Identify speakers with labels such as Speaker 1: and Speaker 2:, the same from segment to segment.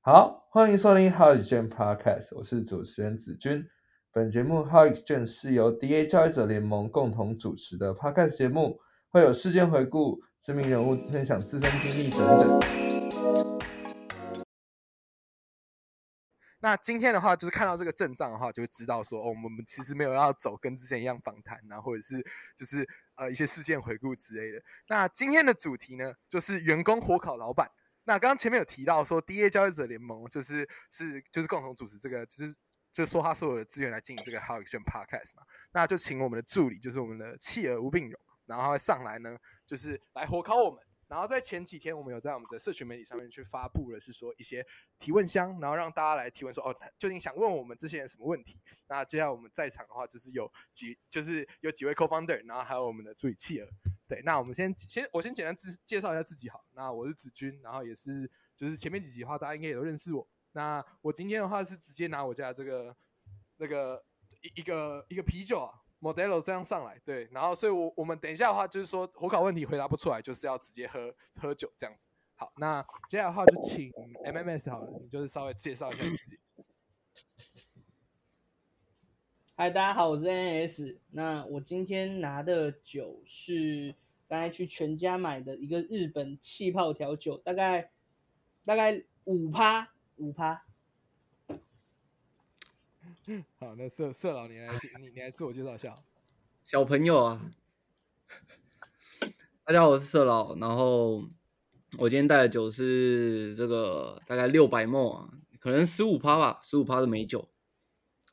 Speaker 1: 好，欢迎收听 How 卷 Podcast，我是主持人子君。本节目 How 卷是由 DA 教育者联盟共同主持的 Podcast 节目，会有事件回顾、知名人物分享自身经历等等。
Speaker 2: 那今天的话，就是看到这个阵仗的话，就会知道说，哦，我们其实没有要走跟之前一样访谈啊，或者是就是呃一些事件回顾之类的。那今天的主题呢，就是员工火烤老板。那刚刚前面有提到说，DA 交易者联盟就是是就是共同主持这个，就是就是说他所有的资源来经营这个 How Action Podcast 嘛。那就请我们的助理，就是我们的企鹅吴病荣，然后他上来呢，就是来火烤我们。然后在前几天，我们有在我们的社群媒体上面去发布了，是说一些提问箱，然后让大家来提问说，哦，究竟想问我们这些人什么问题？那接下来我们在场的话，就是有几，就是有几位 co-founder，然后还有我们的助理企鹅。对，那我们先先我先简单自介绍一下自己好。那我是子君，然后也是就是前面几集的话，大家应该也都认识我。那我今天的话是直接拿我家的这个那个一一个一个啤酒啊，Modelo 这样上来，对，然后所以我我们等一下的话就是说火烤问题回答不出来，就是要直接喝喝酒这样子。好，那接下来的话就请 MMS 好了，你就是稍微介绍一下你自己。
Speaker 3: 嗨，大家好，我是 NS。那我今天拿的酒是刚才去全家买的一个日本气泡调酒，大概大概五趴五趴。
Speaker 2: 好，那色色老你来介你你来自我介绍一下好了。
Speaker 4: 小朋友啊，大家好，我是色老，然后我今天带的酒是这个大概六百沫啊，可能十五趴吧，十五趴的美酒，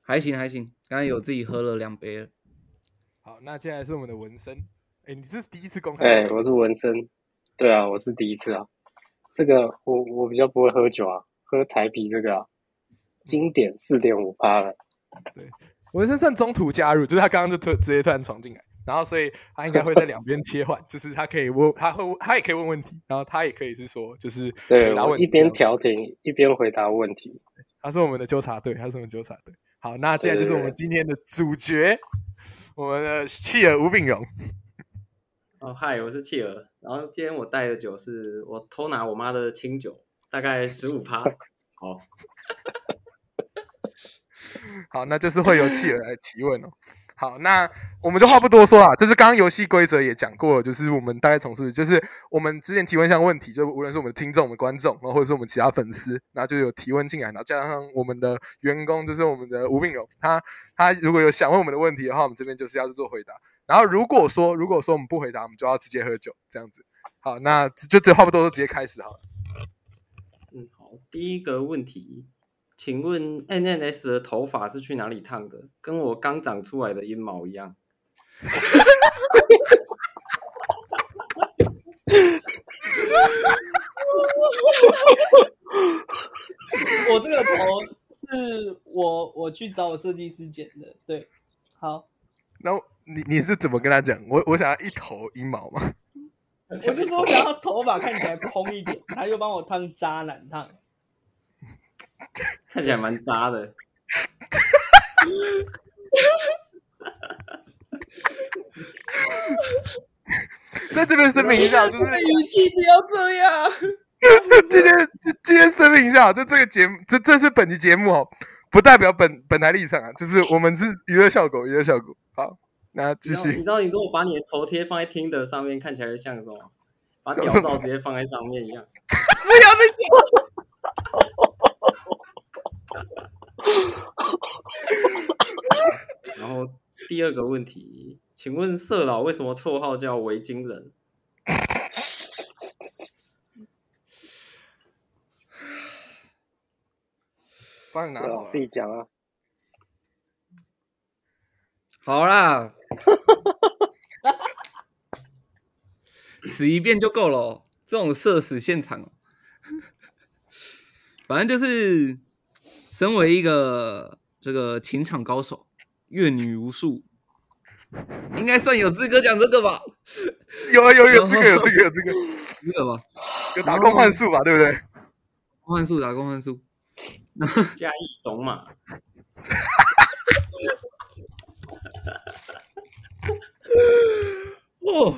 Speaker 4: 还行还行，刚才有自己喝了两杯了，
Speaker 2: 好，那接下来是我们的纹身。哎，你这是第一次公开
Speaker 5: 哎、
Speaker 2: 吗？
Speaker 5: 我是纹身，对啊，我是第一次啊。这个我我比较不会喝酒啊，喝台啤这个啊，经典四点五趴了。
Speaker 2: 纹身算中途加入， 就是他刚刚就突直接突然闯进来，然后所以他应该会在两边切换， 就是他可以问，他会他也可以问问题，然后他也可以是说就是
Speaker 5: 对
Speaker 2: 回答
Speaker 5: 我
Speaker 2: 问题
Speaker 5: 一边
Speaker 6: 啊
Speaker 2: 这样子
Speaker 5: 调停一边回答问题。
Speaker 2: 他是我们的纠察队，他是我们纠察队。好，那接下来就是我们今天的主角， 我们的企鹅吴炳荣。
Speaker 6: 哦，嗨，我是企鹅。然后今天我带的酒是我偷拿我妈的清酒，大概十五 趴。好，
Speaker 2: 好，那就是会由企鹅来提问哦。好，那我们就话不多说啦，就是刚刚游戏规则也讲过了，就是我们大概重述，就是我们之前提问项问题，就无论是我们的听众、我们的观众，然后或者是我们其他粉丝，然后就有提问进来，然后加上我们的员工，就是我们的吴炳荣，他他如果有想问我们的问题的话，我们这边就是要去做回答。然后如果说如果说我们不回答，我们就要直接喝酒这样子。好，那就这话不多说，直接开始好了。
Speaker 6: 嗯，好，第一个问题，请问 N N S 的头发是去哪里烫的？跟我刚长出来的阴毛一样。
Speaker 3: 我这个头是我我去找我设计师剪的，对，好，
Speaker 2: 那你你是怎么跟他讲？我我想要一头一毛嘛。
Speaker 3: 我就说我想要头发看起来蓬一点，他又帮我烫渣男烫。
Speaker 6: 看起来蛮渣的。
Speaker 2: 在这边声明一
Speaker 6: 啊
Speaker 2: 下，就是
Speaker 3: 语气不要这样。
Speaker 2: 今天今今天声明一下，就这个节目，这这是本期节目哦，不代表本本台立场啊，就是我们是娱乐效果，娱乐效果。好，那继
Speaker 6: 你知道你
Speaker 2: 续
Speaker 6: 知。道你如果把你的头贴放在听的上面，看起来像什么？把屌
Speaker 2: 像什么
Speaker 6: 照直接放在上面一样。不要再讲。然后第二个问题，请问色老为什么绰号叫维京人？
Speaker 2: 帮你
Speaker 5: 是
Speaker 2: 拿好
Speaker 5: 啊
Speaker 2: 了，
Speaker 5: 自己讲啊。
Speaker 4: 好啦， 死一遍就够了哦、这种社死现场哦， 反正就是身为一个这个情场高手，阅女无数，应该算有资格讲这个吧？
Speaker 2: 有啊有有这个有这个有这个
Speaker 4: 这个吧，
Speaker 2: 有打工换数吧，对不对？
Speaker 4: 换数打工换数。
Speaker 6: 嘉义种马。
Speaker 4: 哦，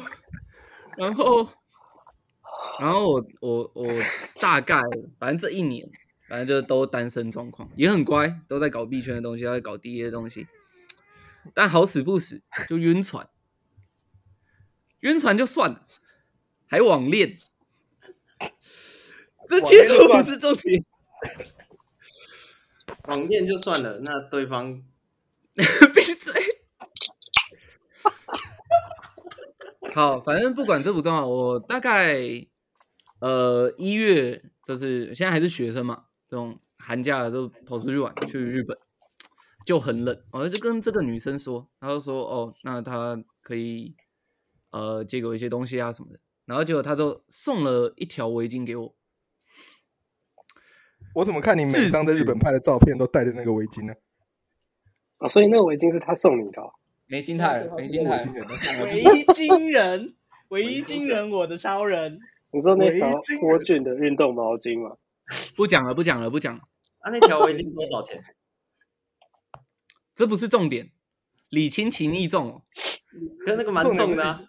Speaker 4: 然后，然后我我我大概反正这一年反正就都单身状况，也很乖，都在搞币圈的东西，都在搞 DA 的东西，但好死不死就晕船，晕船就算了，还网恋，这
Speaker 7: 网
Speaker 4: 其
Speaker 7: 恋
Speaker 4: 实
Speaker 7: 就
Speaker 4: 不
Speaker 7: 算
Speaker 4: 是重点，
Speaker 8: 网恋就算了，那对方
Speaker 4: 闭嘴。 好，反正不管这不重要，我大概呃一月就是现在还是学生嘛，这种寒假就跑出去玩，去日本就很冷，我就跟这个女生说，她就说哦，那她可以呃借给我一些东西啊什么的，然后结果她就送了一条围巾给我，
Speaker 2: 我怎么看你每张在日本拍的照片都戴着那个围巾呢？
Speaker 5: 啊，所以那个围巾是他送你的哦、
Speaker 4: 没心态，没心态，
Speaker 3: 唯金人，唯金人，我的超人，
Speaker 5: 你说那条
Speaker 2: 围巾
Speaker 5: 郭俊的运动毛巾吗？
Speaker 4: 不讲了，不讲了，不讲了。
Speaker 8: 啊那条围巾多少钱？
Speaker 4: 这不是重点，礼轻情意重哦。
Speaker 8: 可是那个蛮
Speaker 2: 重点
Speaker 8: 重的、
Speaker 2: 是
Speaker 8: 啊，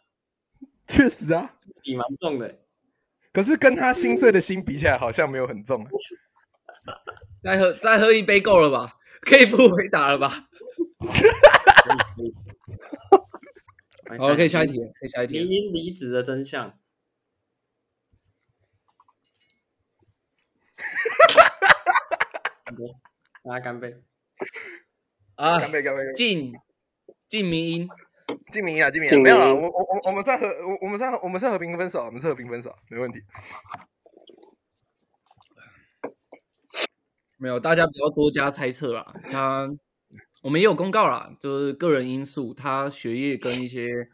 Speaker 2: 确实啊，
Speaker 8: 笔蛮重的欸、
Speaker 2: 可是跟他心碎的心比起来，好像没有很重啊。
Speaker 4: 再喝再喝一杯够了吧？ 可以不回答了吧？好，可以下一题了，可以下一题
Speaker 8: 迷
Speaker 4: 了。
Speaker 8: 因离职的真相， 大家干杯！
Speaker 4: 啊，
Speaker 2: 干杯，干杯！干杯
Speaker 4: 进进迷音，
Speaker 2: 静明啊，静明啊，
Speaker 5: 静
Speaker 2: 没有了，
Speaker 5: 明
Speaker 2: 我我我我们算和我我们算我们算和平分手，我们是和平分手，啊没问题。
Speaker 4: 没有，大家不要多加猜测啦。他我们也有公告啦，就是个人因素，他学业跟一些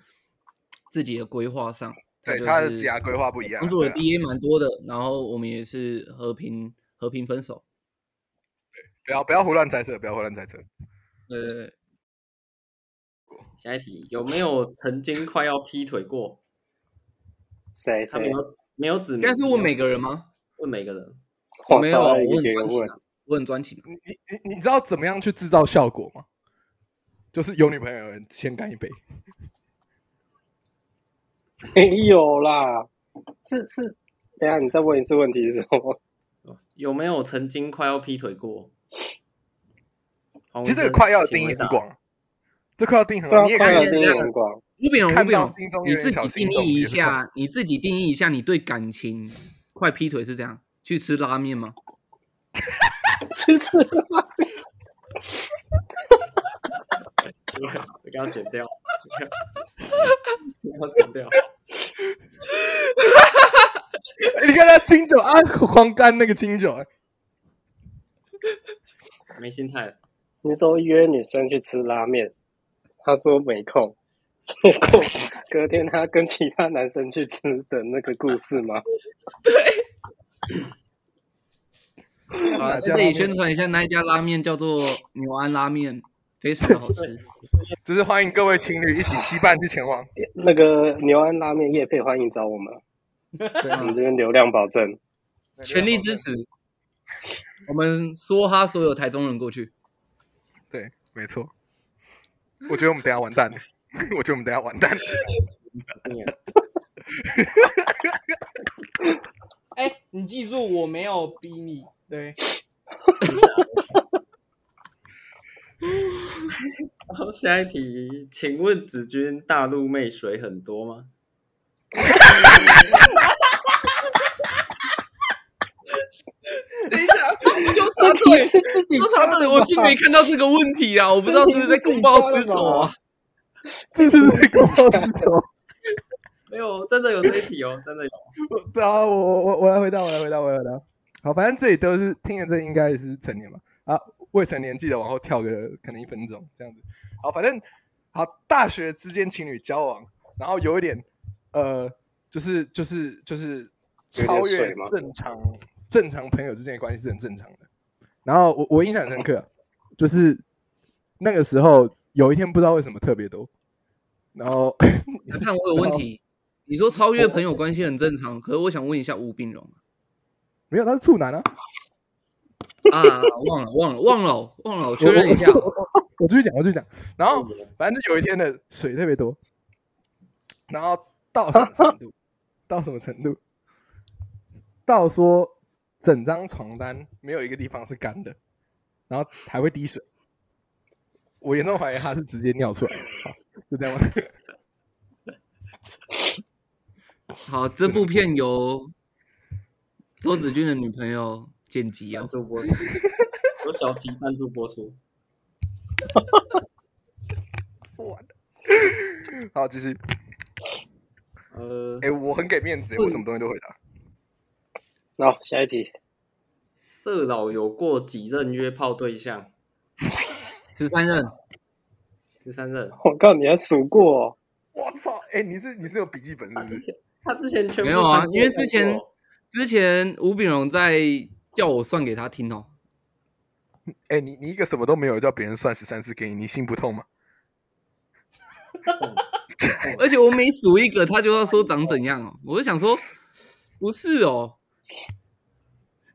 Speaker 4: 自己的规划上，
Speaker 2: 对，
Speaker 4: 就
Speaker 2: 他的
Speaker 4: 是
Speaker 2: 职涯规划不一样啊，
Speaker 4: 工作的
Speaker 2: 对啊
Speaker 4: DA 蛮多的，然后我们也是和平和平分手。
Speaker 2: 不要不要胡乱猜测，不要胡乱猜测。
Speaker 4: 对对
Speaker 2: 嗯
Speaker 4: 对，
Speaker 8: 下一题，有没有曾经快要劈腿过？
Speaker 5: 谁
Speaker 8: 他没
Speaker 5: 谁？
Speaker 8: 有没有指名，
Speaker 4: 现在是问每个人吗？
Speaker 8: 问每个人，
Speaker 5: 我
Speaker 4: 没有，
Speaker 5: 超爱一
Speaker 4: 我
Speaker 5: 个
Speaker 4: 很
Speaker 5: 别人
Speaker 4: 专情
Speaker 5: 问
Speaker 4: 啊，我很专情啊。
Speaker 2: 你你你你知道怎么样去制造效果吗？就是有女朋友的人先干一杯，
Speaker 5: 没有啦，是是，等一下你再问一次问题是什么？
Speaker 8: 有没有曾经快要劈腿过？黄
Speaker 2: 其实这个
Speaker 8: 文生
Speaker 2: 快要的
Speaker 8: 请
Speaker 2: 定义
Speaker 8: 回
Speaker 2: 很
Speaker 8: 答
Speaker 2: 广，这快要定义很
Speaker 5: 对
Speaker 2: 广，
Speaker 5: 啊
Speaker 2: 你，也可
Speaker 5: 快
Speaker 2: 以
Speaker 5: 乐
Speaker 4: 看
Speaker 5: 电
Speaker 4: 见
Speaker 5: 影很 广，
Speaker 4: 吴炳荣，吴
Speaker 2: 看
Speaker 4: 炳荣
Speaker 2: 到，心中
Speaker 4: 你
Speaker 2: 有点
Speaker 4: 自
Speaker 2: 小
Speaker 4: 己
Speaker 2: 心
Speaker 4: 定
Speaker 2: 动
Speaker 4: 义一
Speaker 2: 也是
Speaker 4: 下，你自己定义一下，你对感情快劈腿是怎样？去吃拉面吗？
Speaker 5: 其实
Speaker 8: 这个这个要剪掉，这个这个要剪掉。
Speaker 2: 哎你看他清酒啊， 狂干那个清酒，哎
Speaker 8: 没心态了。
Speaker 5: 你说约女生去吃拉面，她说没空，结果隔天她跟其他男生去吃的那个故事吗？
Speaker 4: 好
Speaker 2: 哪
Speaker 4: 啊，
Speaker 2: 家拉
Speaker 4: 在这里
Speaker 2: 面
Speaker 4: 宣传一下，那一家拉面叫做牛安拉面，非常的好吃。
Speaker 2: 就是欢迎各位情侣一起羁绊去前往。
Speaker 5: 那个牛安拉面叶配欢迎找我们，
Speaker 4: 对啊
Speaker 5: 我们，这边流量保证。
Speaker 4: 全力支持。我们说哈所有台中人过去，
Speaker 2: 对，没错。我觉得我们等一下完蛋了， 我觉得我们等一下完蛋了。
Speaker 3: 哎、你记住，我没有逼你，对，
Speaker 8: 然后下一题，请问子君大陆妹水很多吗？
Speaker 4: 等一下，纠察队， 纠察队，我并没看到这个问题啊，我不知道是不是在共报私仇啊？
Speaker 2: 这是在公报私仇。
Speaker 8: 没有，真的有这一题哦，真的有。
Speaker 2: 对啊，我我我我来回答，我来回答，我来回答。好，反正这里都是听的，这应该是成年嘛啊，未成年记得往后跳个可能一分钟这样子。好，反正好，大学之间情侣交往，然后有一点呃，就是就是就是
Speaker 5: 有点
Speaker 2: 超越
Speaker 5: 水吗
Speaker 2: 正常正常朋友之间的关系是很正常的。然后我我印象很深刻，就是那个时候有一天不知道为什么特别多，然后
Speaker 4: 裁判，我有问题。你说超越朋友关系很正常，可是我想问一下吴炳荣
Speaker 2: 没有他是处男啊，
Speaker 4: 啊，忘了忘了忘了哦忘了，我
Speaker 2: 我
Speaker 4: 确认一下哦。
Speaker 2: 我我我继续讲，我继续讲。然后反正就有一天的水特别多，然后到什么程度？到什么程度？到说整张床单没有一个地方是干的，然后还会滴水。我严重怀疑他是直接尿出来的，好就这样吧。
Speaker 4: 好，这部片由周子君的女朋友剪辑
Speaker 8: 赞
Speaker 4: 哦。
Speaker 8: 助播出，有小齐赞助播出。
Speaker 2: 好，继续。
Speaker 8: 呃，
Speaker 2: 哎、我很给面子，我什么东西都回答。
Speaker 5: 好，下一题，
Speaker 8: 色老有过几任约炮对象？
Speaker 4: 十三任，
Speaker 8: 十三任。
Speaker 5: 我告诉你还数过、哦，
Speaker 2: 我操！哎、你是你是有笔记本是
Speaker 8: 他
Speaker 2: 不
Speaker 8: 之
Speaker 2: 是？
Speaker 8: 前他之前全部
Speaker 4: 没有啊
Speaker 8: 传给
Speaker 4: 因为
Speaker 8: 我看
Speaker 4: 之前
Speaker 8: 过
Speaker 4: 之前吴炳荣在叫我算给他听哦。
Speaker 2: 哎、你你一个什么都没有，叫别人算十三次给你，你心不痛吗？
Speaker 4: 而且我每数一个，他就要说长怎样哦。我就想说，不是哦，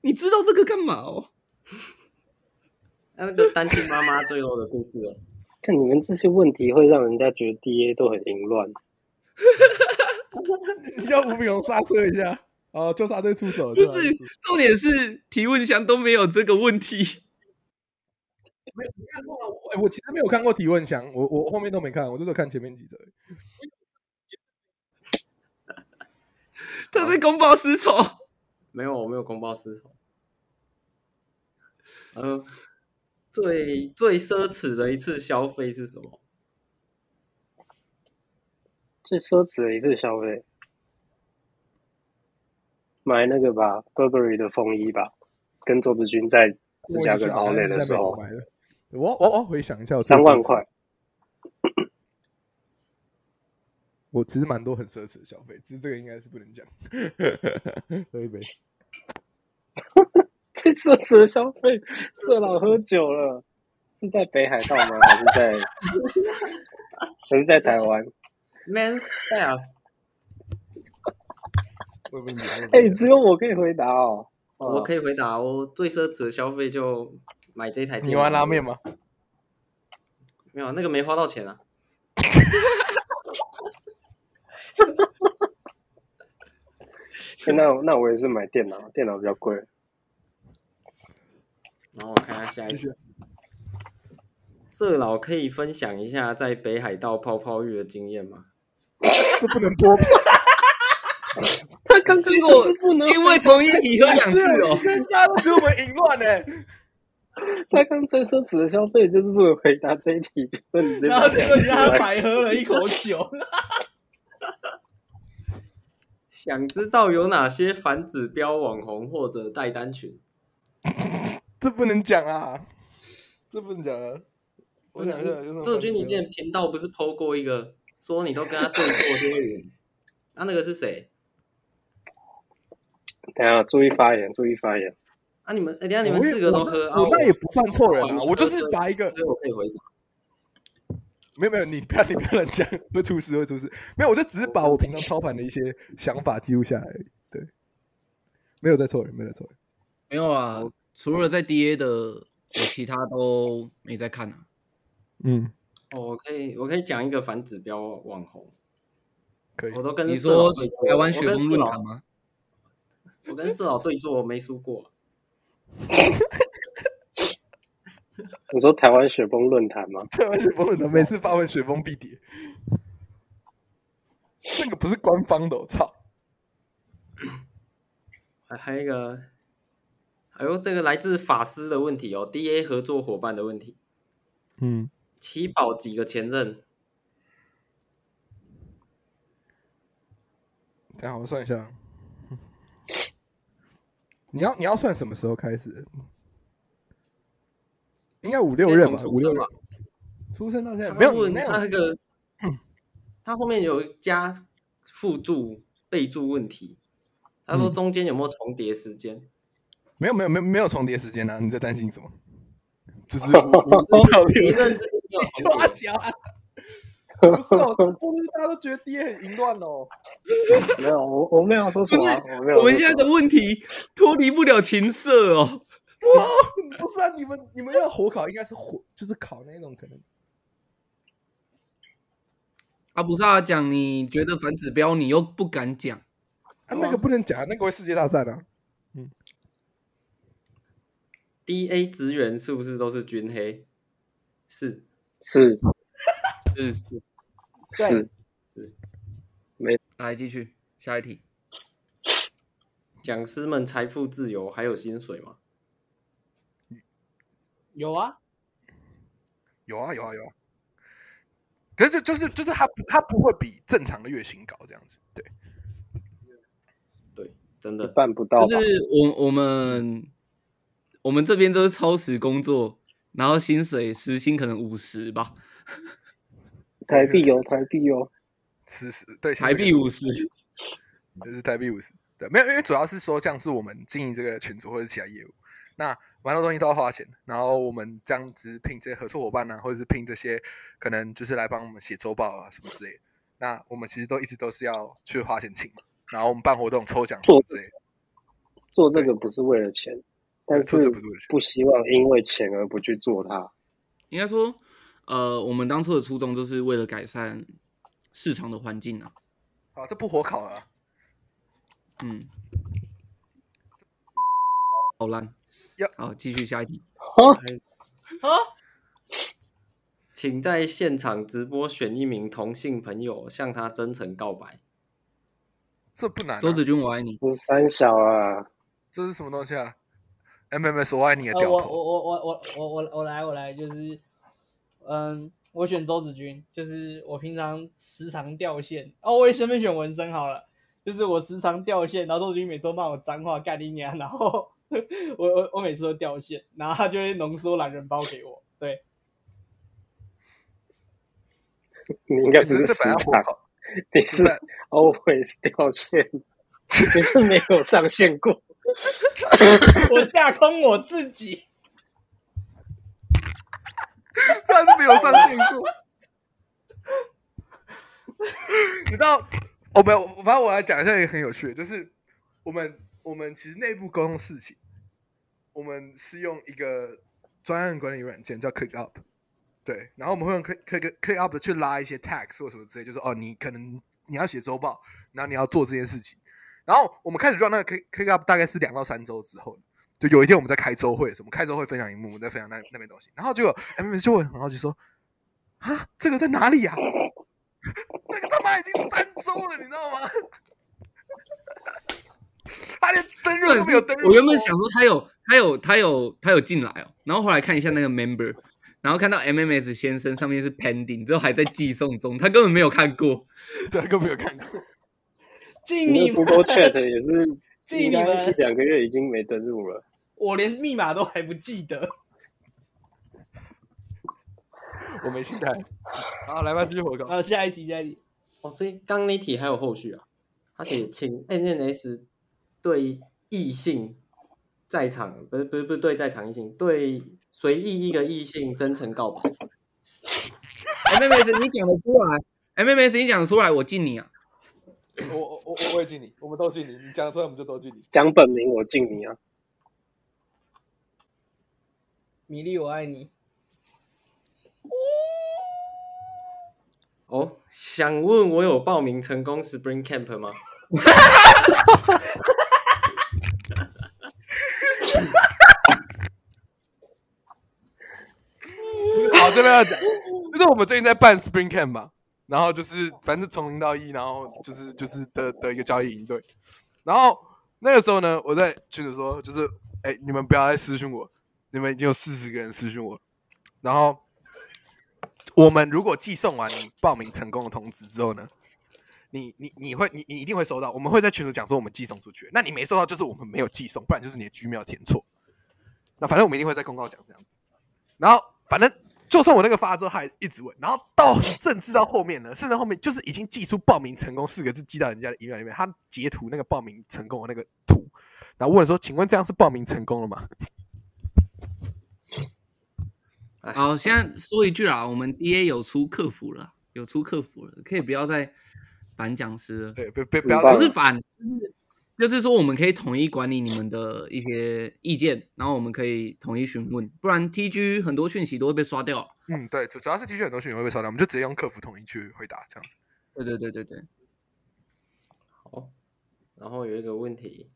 Speaker 4: 你知道这个干嘛哦？
Speaker 8: 那个单亲妈妈最后的故事了。
Speaker 5: 看你们这些问题会让人家觉得 D A 都很淫乱。
Speaker 2: 你叫吴炳荣刹车一下，哦，就刹车出手，
Speaker 4: 不
Speaker 2: 就刹车
Speaker 4: 是
Speaker 2: 出手，
Speaker 4: 重点是提问箱都没有这个问题。
Speaker 2: 没有你看过吗？我、哎我其实没有看过提问箱，我我后面都没看，我就是有看前面几则而已。
Speaker 4: 他在公报私仇。
Speaker 8: 没有，我没有公报私仇。呃，最最奢侈的一次消费是什么？
Speaker 5: 最奢侈的一次消费，买那个吧，Burberry 的风衣吧，跟周子君在芝加哥的
Speaker 2: 我
Speaker 5: Outlet
Speaker 2: 也是在
Speaker 5: 的时
Speaker 2: 美国
Speaker 5: 候，
Speaker 2: 买的。我我我回想一下，我最
Speaker 5: 三万
Speaker 2: 奢侈
Speaker 5: 块，
Speaker 2: 我其实蛮多很奢侈的消费，只是这个应该是不能讲。 喝一杯，
Speaker 5: 最奢侈的消费，色老喝酒了，是在北海道吗？还是在还是在台湾？
Speaker 2: 哎
Speaker 8: Man's Staff，
Speaker 2: 我也不能讲。
Speaker 5: 哎、只有我可以回答哦。
Speaker 8: 我
Speaker 5: 以，
Speaker 8: 可以回答哦。最奢侈的消费就买这台电脑。
Speaker 2: 你玩拉面吗？
Speaker 8: 没有，那个没花到钱啊。
Speaker 5: 哎那那我也是买电脑，电脑比较贵。
Speaker 8: 然后我看一下下一
Speaker 2: 继
Speaker 8: 题
Speaker 2: 续。
Speaker 8: 色老可以分享一下在北海道泡泡浴的经验吗？
Speaker 2: 这不能播吧。
Speaker 5: 他刚刚
Speaker 4: 结
Speaker 5: 就
Speaker 4: 果
Speaker 5: 是不能，
Speaker 4: 因为同一题喝两次哦，
Speaker 2: 对大家都觉得我们淫乱呢、
Speaker 5: 啊他刚最奢侈的消费就是不能回答这一题，就是你这
Speaker 3: 然后结果你让他白喝了一口酒，
Speaker 8: 想知道有哪些反指标网红或者代单群？
Speaker 2: 这不能讲啊，这不能讲啊。我想一下，有什么啊
Speaker 8: 周子君，
Speaker 2: 反
Speaker 8: 你
Speaker 2: 指
Speaker 8: 之
Speaker 2: 标
Speaker 8: 前频道不是 PO 过一个，说你都跟他对坐多远？啊那、那个是谁？
Speaker 5: 等一下注意发言，注意发言。
Speaker 8: 啊，你们，哎、等一下你们
Speaker 2: 我也
Speaker 8: 四个都
Speaker 2: 我
Speaker 8: 喝啊？
Speaker 2: 我那也不算错人
Speaker 8: 我
Speaker 2: 啊，
Speaker 8: 我
Speaker 2: 我就是把一个
Speaker 8: 所以我可以回答。
Speaker 2: 没有没有，你不要你不要乱讲，会出事会出事。没有，我就只是把我平常操盘的一些想法记录下来而已。对，没有在错人，没有在错人。
Speaker 4: 没有啊，除了在 DA 的，我其他都没在看啊。
Speaker 2: 嗯，
Speaker 8: 哦，我可以，我可以讲一个反指标网红，
Speaker 2: 可以
Speaker 8: 我。都跟
Speaker 4: 你
Speaker 8: 色老
Speaker 4: 说
Speaker 8: 对坐
Speaker 4: 台湾
Speaker 8: 我
Speaker 4: 雪
Speaker 8: 跟
Speaker 4: 崩
Speaker 8: 色
Speaker 4: 论
Speaker 8: 老
Speaker 4: 坛吗？
Speaker 8: 我跟色老对坐，我没输过。
Speaker 5: 你说台湾雪崩论坛吗？
Speaker 2: 台湾雪崩很多，每次发文雪崩必跌。那个不是官方的、我操！
Speaker 8: 还还有一个，哎呦，这个来自法师的问题哦，DA 合作伙伴的问题，
Speaker 2: 嗯，
Speaker 8: 七宝几个前任？
Speaker 2: 等一下我算一下。你要你要算什么时候开始？应该五六任吧，
Speaker 8: 先从
Speaker 2: 五
Speaker 8: 出
Speaker 2: 六
Speaker 8: 生
Speaker 2: 任
Speaker 8: 吧。
Speaker 2: 出生到现在
Speaker 8: 他
Speaker 2: 没有嗯
Speaker 8: 问
Speaker 2: 你那
Speaker 8: 他
Speaker 2: 样
Speaker 8: 那个，他后面有加附注备注问题，他说
Speaker 2: 嗯
Speaker 8: 中间有没有重叠时间？
Speaker 2: 没有没有没有没有重叠时间啊！你在担心什么？就是五五五到
Speaker 8: 前
Speaker 2: 六
Speaker 8: 任之间没有
Speaker 2: 就
Speaker 8: 重
Speaker 2: 阿
Speaker 8: 叠，
Speaker 2: 翔啊，不是哦，不是大家都觉得爹很淫乱哦。
Speaker 5: 没有，我我没有说什么啊、
Speaker 4: 不
Speaker 5: 我没有说什么。
Speaker 4: 我们现在的问题脱离不了情色哦。
Speaker 2: 不，不是啊，你们你们要火烤应该是火，就是烤那种可能。
Speaker 4: 阿布萨讲，你觉得反指标，你又不敢讲。
Speaker 2: 啊，那个不能讲啊，那个会世界大战啊！
Speaker 8: D A 职员是不是都是军黑？是，
Speaker 5: 是
Speaker 4: 是，
Speaker 3: 对
Speaker 5: 是，
Speaker 4: 来继续下一题。
Speaker 8: 讲师们财富自由还有薪水吗？
Speaker 3: 有啊，
Speaker 7: 有啊有啊有啊，可是就是就是他不他不会比正常的月薪高这样子，对，
Speaker 8: 对，真
Speaker 5: 一
Speaker 8: 的
Speaker 5: 半不到吧
Speaker 4: 就？是我我们我们这边都是超时工作，然后薪水时薪可能五十吧，
Speaker 5: 台币有台币有，
Speaker 7: 四十对
Speaker 4: 台币五十。
Speaker 7: 就是台币五十，对，没有，因为主要是说这样是我们经营这个群组或者其他业务，那蛮多东西都要花钱，然后我们这样子聘这些合作伙伴啊，或者是聘这些可能就是来帮我们写周报啊什么之类的，那我们其实都一直都是要去花钱请嘛，然后我们办活动抽奖什么之类的，
Speaker 5: 做这个不是为了钱，但
Speaker 7: 做
Speaker 5: 是
Speaker 7: 这不是为了钱
Speaker 5: 不希望因为钱而不去做它。
Speaker 4: 应该说，呃，我们当初的初衷就是为了改善市场的环境啊。
Speaker 7: 好，这不火烤了啊、
Speaker 4: 嗯，好烂
Speaker 7: 呀。
Speaker 4: 好，继续下一题。
Speaker 3: 啊，
Speaker 8: 请在现场直播选一名同性朋友，向他真诚告白。
Speaker 7: 这不难、啊，
Speaker 4: 周子君，我爱你。
Speaker 5: 这是三小啊，
Speaker 7: 这是什么东西啊？MMS 我爱你的
Speaker 3: 呃
Speaker 7: 掉
Speaker 3: 我
Speaker 7: 头，
Speaker 3: 我我我我我我我来我来，就是，嗯，我选周子君，就是我平常时常掉线，哦，我也顺便选纹身好了，就是我时常掉线，然后周子君每周骂我脏话干你娘，然后我我我每次都掉线，然后他就会浓缩懒人包给我，对，
Speaker 5: 你应该不
Speaker 7: 这
Speaker 5: 是
Speaker 7: 这
Speaker 5: 时
Speaker 7: 本来火
Speaker 5: 常，
Speaker 7: 烤，
Speaker 5: 你是
Speaker 7: 这本
Speaker 5: always 掉线，你是没有上线过。
Speaker 3: 我架空我自己，
Speaker 7: 这还是没有上线过。 你知道，我们反正我来讲一下一个很有趣的，就是我们我们其实内部沟通事情，我们是用一个专案管理软件叫 ClickUp，对，然后我们会用 Click Click ClickUp 的去拉一些 tags 或什么之类，就是哦，你可能你要写周报，然后你要做这件事情，然后我们开始 run 那个 Click ClickUp 大概是两到三周之后，就有一天我们在开周会的时候，我们开周会分享荧幕，我们在分享那那边东西，然后结果 M M 就会很好奇说：“啊，这个在哪里呀、 那个他妈已经三周了，你知道吗？他连登入都没有登入。
Speaker 4: 我原本想说他有，他有，他有，他有进来哦。然后后来看一下那个 member，然后看到 MMS 先生上面是 pending，之后还在寄送中，他根本没有 看过。
Speaker 7: 对，根本没有看过。
Speaker 3: 敬
Speaker 5: 你
Speaker 3: 你
Speaker 5: 的
Speaker 3: 们，
Speaker 5: Google Chat 也是
Speaker 3: 敬
Speaker 5: 应
Speaker 3: 你
Speaker 5: 该一
Speaker 3: 们，
Speaker 5: 两个月已经没登入了。
Speaker 3: 我连密码都还不记得，
Speaker 2: 我没心态。
Speaker 7: 好，来吧，继续火烤。
Speaker 2: 啊
Speaker 3: 好，下一题，下一题，
Speaker 8: 哦，这刚刚那题还有后续啊？他写请 NNS 对异性在场，不是不是不是对在场异性，对随意一个异性真诚告白。
Speaker 4: MMS 你讲得出来？MMS 你讲得出来，我敬你啊。
Speaker 2: 我我我我也敬你，我们都敬你。你讲得出来，我们就都敬你。
Speaker 5: 讲本名我敬你啊，
Speaker 3: 米粒我爱你，
Speaker 8: 哦，想问我有报名成功 Spring Camp 吗？
Speaker 2: 好，这边要讲，就是我们最近在办 Spring Camp 嘛，然后就是反正从零到一，然后就是就是的的一个交易营队，然后那个时候呢，我在群里说，就是哎、你们不要再私讯我，你们已经有四十个人私讯我了，然后我们如果寄送完你报名成功的通知之后呢，你你你会你你一定会收到，我们会在群组讲说我们寄送出去，那你没收到就是我们没有寄送，不然就是你的 Gmail 填错，那反正我们一定会在公告讲这样子。然后反正就算我那个发了之后，他还一直问，然后到甚至到后面呢，甚至后面就是已经寄出报名成功四个字，寄到人家的 email 里面，他截图那个报名成功的那个图，然后问说：“请问这样是报名成功了吗
Speaker 7: 哎
Speaker 4: 好，现在说一句啊，我们 DA 有出客服了，有出客服了，可以不要再反讲师 了？”。
Speaker 2: 对，嗯不不不
Speaker 5: 很
Speaker 2: 要
Speaker 5: 棒
Speaker 4: 不是反，就是说我们可以统一管理你们的一些意见，然后我们可以统一询问，不然 TG 很多讯息都会被刷掉。
Speaker 7: 嗯，对，主主要是 T 恤很多讯息会被烧掉，我们就直接用客服统一去回答这样子。
Speaker 4: 对对对对对，
Speaker 8: 好，然后有一个问题，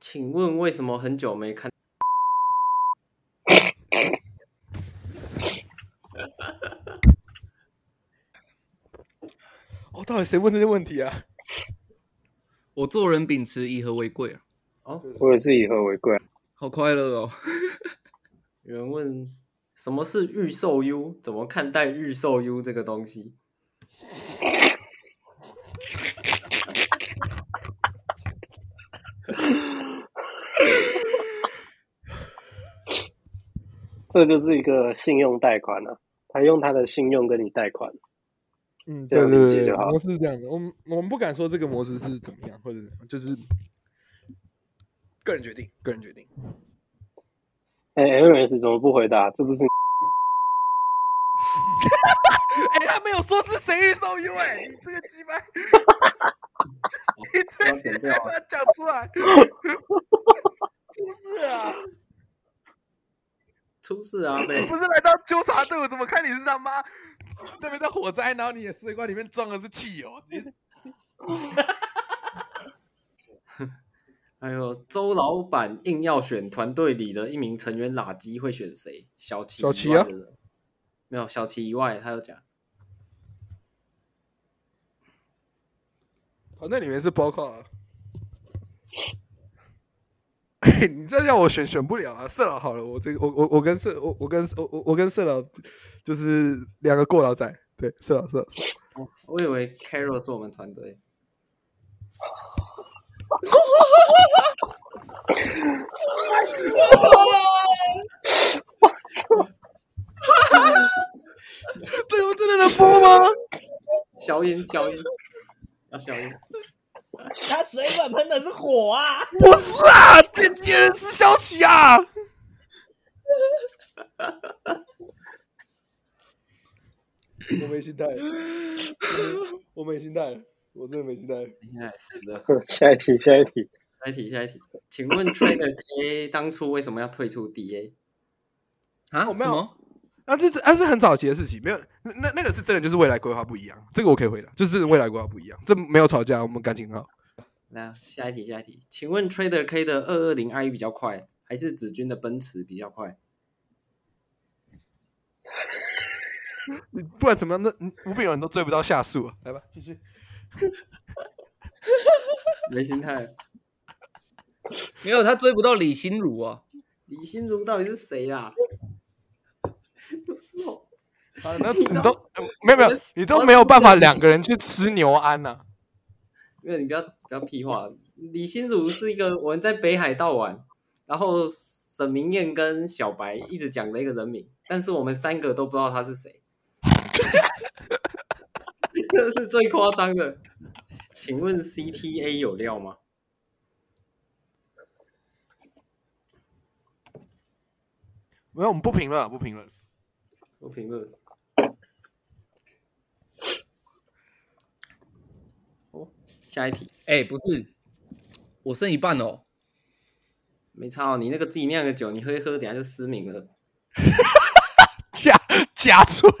Speaker 8: 请问为什么很久没看？
Speaker 2: 哦，到底谁问这些问题啊？
Speaker 4: 我做人秉持以和为贵啊，
Speaker 5: 我也是以和为贵啊。
Speaker 4: 好快乐哦。
Speaker 8: 有人问什么是预售 U？怎么看待预售 U 这个东西？
Speaker 5: 这就是一个信用贷款啊，他用他的信用跟你贷款。
Speaker 2: 嗯，
Speaker 5: 这
Speaker 2: 对
Speaker 5: 样
Speaker 2: 对
Speaker 5: 啊理解
Speaker 2: 对，
Speaker 5: 就好
Speaker 2: 模式是这样的。我们我们不敢说这个模式是怎么样，或者就是个人决定，个人决定。
Speaker 5: 哎，LS 怎么不回答？这不是
Speaker 7: 哎，他没有说是谁预售 U 哎，你这个鸡巴，你这个鸡巴把它讲出来， 就是啊，
Speaker 8: 出事
Speaker 2: 嗯
Speaker 8: 啊！被
Speaker 7: 不是来当纠察队，我怎么看你是他妈？
Speaker 2: 这边在火灾，然后你也水管里面装的是汽油，直接
Speaker 8: 哎呦，周老板硬要选团队里的一名成员拉基，会选谁？小齐以
Speaker 2: 小齐
Speaker 8: 外
Speaker 2: 啊
Speaker 8: 的人，没有小齐以外，他有讲
Speaker 2: 团队里面是包括、 啊。嘿你这要我选选不了啊！色老好了，我这个我我我跟色我我跟我我我跟色老就是两个过劳仔，对色老色老。色
Speaker 8: 我以为 Carol 是我们团队，
Speaker 2: 老 这个真的能播 吗？
Speaker 8: 消音消音，要消音。
Speaker 3: 他水管喷的是火啊！
Speaker 2: 不是啊，这竟人是消息啊！我没心态，我没心态，我真的没心态。
Speaker 8: 现在死的，
Speaker 5: 下一题，下一题。
Speaker 8: 下一题下一题，请问 Trader K 当初为什么要退出 DA？
Speaker 4: 啊？
Speaker 2: 我没
Speaker 4: 什
Speaker 2: 有
Speaker 4: 么？
Speaker 2: 啊，这这啊是很早期的事情，没有那那那个是真的，就是未来规划不一样，这个我可以回答，就是真的未来规划不一样，这没有吵架，我们感情很好。
Speaker 8: 来下一题下一题，请问 Trader K 的二二零 i E 比较快，还是子君的奔驰比较快？
Speaker 2: 你不管怎么样，那你无病人都追不到下树、啊，来吧，继续。
Speaker 8: 没心态，
Speaker 4: 没有，他追不到李心如啊。
Speaker 8: 李心如到底是谁啊啦？不是哦。
Speaker 2: 啊，那你都呃没有没有，你都没有办法两个人去吃牛鞍呐、 啊。
Speaker 8: 因为你不要不要屁话。李心如是一个我们在北海道玩，然后沈明燕跟小白一直讲的一个人名，但是我们三个都不知道他是谁， 这是最夸张的。请问 CTA 有料吗？
Speaker 2: 没有，我们不评论啊，不评论。
Speaker 8: 我评论。哦，下一题，
Speaker 4: 哎、不是，我剩一半哦。
Speaker 8: 没差哦，你那个自己酿的酒，你喝一喝，等下就失明了。
Speaker 2: 假假纯，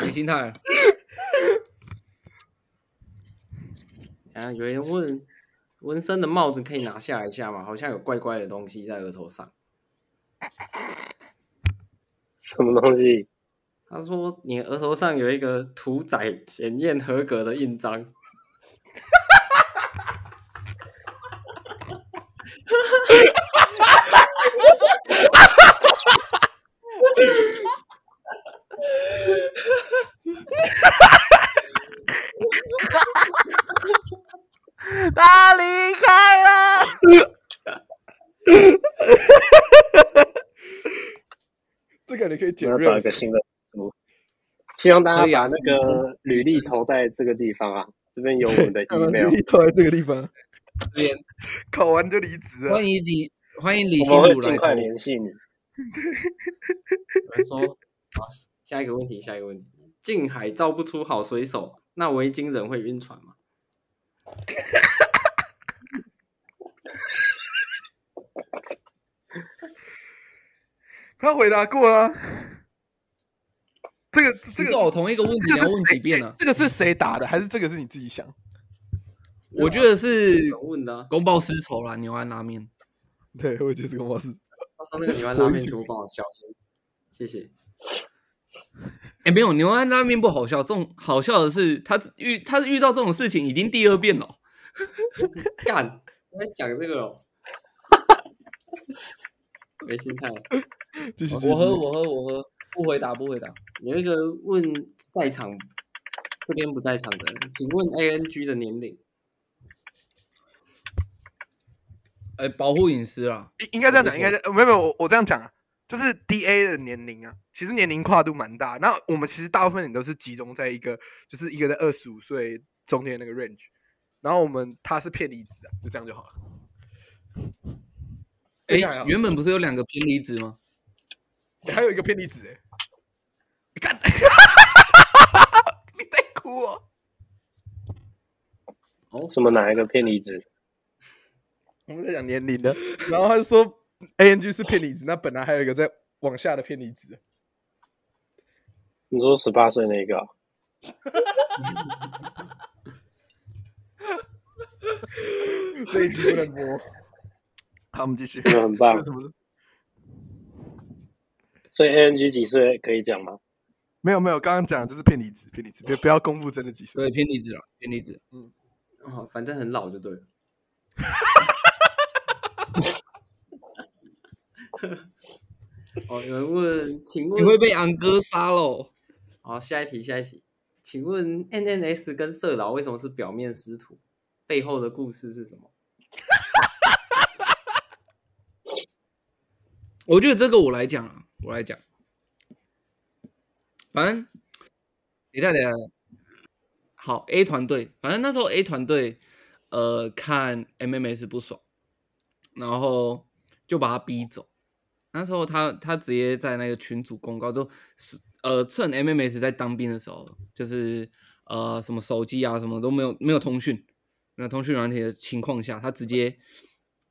Speaker 4: 没心态了。
Speaker 8: 啊，有人问纹身的帽子可以拿下来一下吗？好像有怪怪的东西在额头上。
Speaker 5: 什么东西？
Speaker 8: 他说你额头上有一个屠宰检验合格的印章。
Speaker 3: 他离开了。
Speaker 2: 这个你可以
Speaker 5: 我
Speaker 2: 剪
Speaker 5: 要
Speaker 2: 热
Speaker 5: 找一个新的书。希望大
Speaker 4: 可以
Speaker 5: 家
Speaker 4: 啊
Speaker 5: 把那个履历投在这个地方啊，这边有我们的 email，
Speaker 2: 投在这个地方，
Speaker 4: 这边
Speaker 2: 考完就离职了
Speaker 4: 欢。迎李，欢迎李
Speaker 5: 我
Speaker 4: 心
Speaker 5: 们会
Speaker 4: 如
Speaker 5: 尽
Speaker 4: 来
Speaker 5: 快
Speaker 4: 投。
Speaker 5: 联系你。
Speaker 8: 有人说，好，下一个问题，下一个问题，近海造不出好水手，那维京人会晕船吗？
Speaker 2: 他回答过了啊。 这个这
Speaker 4: 这
Speaker 2: 个
Speaker 4: 个我同一个问题
Speaker 2: 这
Speaker 4: 你
Speaker 2: 个
Speaker 4: 要
Speaker 2: 是
Speaker 4: 问
Speaker 2: 谁
Speaker 4: 几遍呢、啊？
Speaker 2: 这个是谁答的？还是这个是你自己想？
Speaker 4: 我觉得是
Speaker 8: 问的啊，
Speaker 4: 公报私仇啦，牛安拉面。
Speaker 2: 对，我就是跟我是
Speaker 8: 他上 那个牛丸拉面全部帮我消音，谢谢。
Speaker 4: 哎，没有牛安拉面不好笑，这种好笑的是他遇他遇到这种事情已经第二遍了。
Speaker 8: 干，我在讲这个哦，没心态。
Speaker 2: 继续。继续
Speaker 4: 我喝，我喝，我喝，不回答，不回答。
Speaker 8: 有一个问在场这边不在场的，请问 ANG 的年龄？
Speaker 4: 哎，保护隐私啊，
Speaker 7: 应应该这样讲，应该这样呃没有没有，我我这样讲啊，就是 D A 的年龄啊，其实年龄跨度蛮大。那我们其实大部分人都是集中在一个，就是一个在二十五岁中间那个 range，然后我们他是骗离子啊，就这样就好了。
Speaker 4: 哎
Speaker 7: 这样啊，
Speaker 4: 原本不是有两个偏离子吗？
Speaker 7: 还有一个偏离子、欸，你看， 你在哭哦。
Speaker 4: 哦
Speaker 5: 什么哪一个骗离子？
Speaker 2: 我们在讲年龄的，然后他就说 A N G 是骗离子，那本来还有一个在往下的骗离
Speaker 7: 啊
Speaker 2: 子，
Speaker 5: 你说十八岁那个啊、
Speaker 2: 这一集不能播。 好，我们继续。
Speaker 5: 真的很棒
Speaker 2: 这个什么？
Speaker 5: 所以 ANG 几岁可以讲吗？
Speaker 2: 没有没有，刚刚讲的就是骗离子，骗离子，别不要公布真的几岁。
Speaker 4: 对，偏离子啊，偏离子。
Speaker 8: 哦，反正很老就对了。 哦，有人问，请
Speaker 4: 你会
Speaker 8: 问，
Speaker 4: 被昂哥杀喽？
Speaker 8: 好，下一题，下一题，请问 NNS 跟色老为什么是表面师徒？背后的故事是什么？
Speaker 4: 我觉得这个我来讲啊，我来讲。反正，等一下，等一下，好 A 团队，反正那时候 A 团队，呃，看 MMS 不爽，然后就把他逼走。那时候他他直接在那个群组公告，就是呃趁 MMS 在当兵的时候，就是呃什么手机啊什么都没有没有通讯，没有通讯软体的情况下，他直接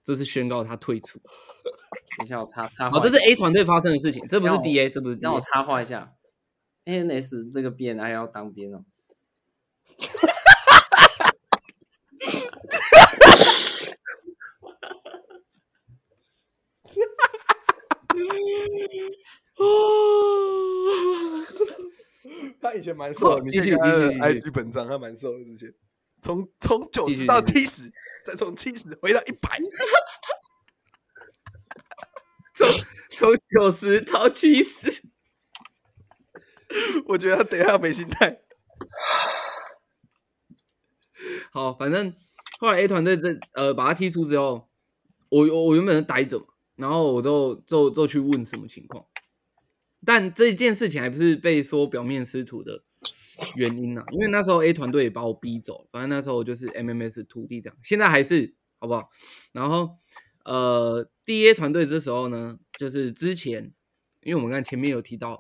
Speaker 4: 这是宣告他退出。
Speaker 8: 等一下我插插
Speaker 4: 好，
Speaker 8: 话一
Speaker 4: 哦这
Speaker 8: 下，
Speaker 4: 是 A 团队发生的事情，这不是
Speaker 8: 让我
Speaker 4: DA，这不是
Speaker 8: 让我
Speaker 4: DA。
Speaker 8: 插话一下，ANS 这个 BNI 要当兵哦。
Speaker 2: 他以前蛮瘦
Speaker 5: 哦
Speaker 2: 的，
Speaker 4: 好
Speaker 2: 你
Speaker 4: 继
Speaker 2: 去
Speaker 4: 续
Speaker 2: 看他
Speaker 4: 继
Speaker 2: 的
Speaker 4: 续继续
Speaker 2: I G 本账，他蛮瘦的之前，从从九
Speaker 4: 继
Speaker 2: 十
Speaker 4: 续
Speaker 2: 到
Speaker 4: 继
Speaker 2: 七
Speaker 4: 续
Speaker 2: 十，再从七十回到一百。
Speaker 4: 从九十到七十，
Speaker 2: 我觉得他等一下没心态。
Speaker 4: 好，反正后来 A 团队这呃把他踢出之后，我我我原本是待着嘛，然后我就就就去问什么情况，但这件事情还不是被说表面师徒的原因呐、因为那时候 A 团队也把我逼走，反正那时候我就是 MMS 徒弟这样，现在还是好不好？然后呃，DA 团队这时候呢，就是之前因为我们刚才前面有提到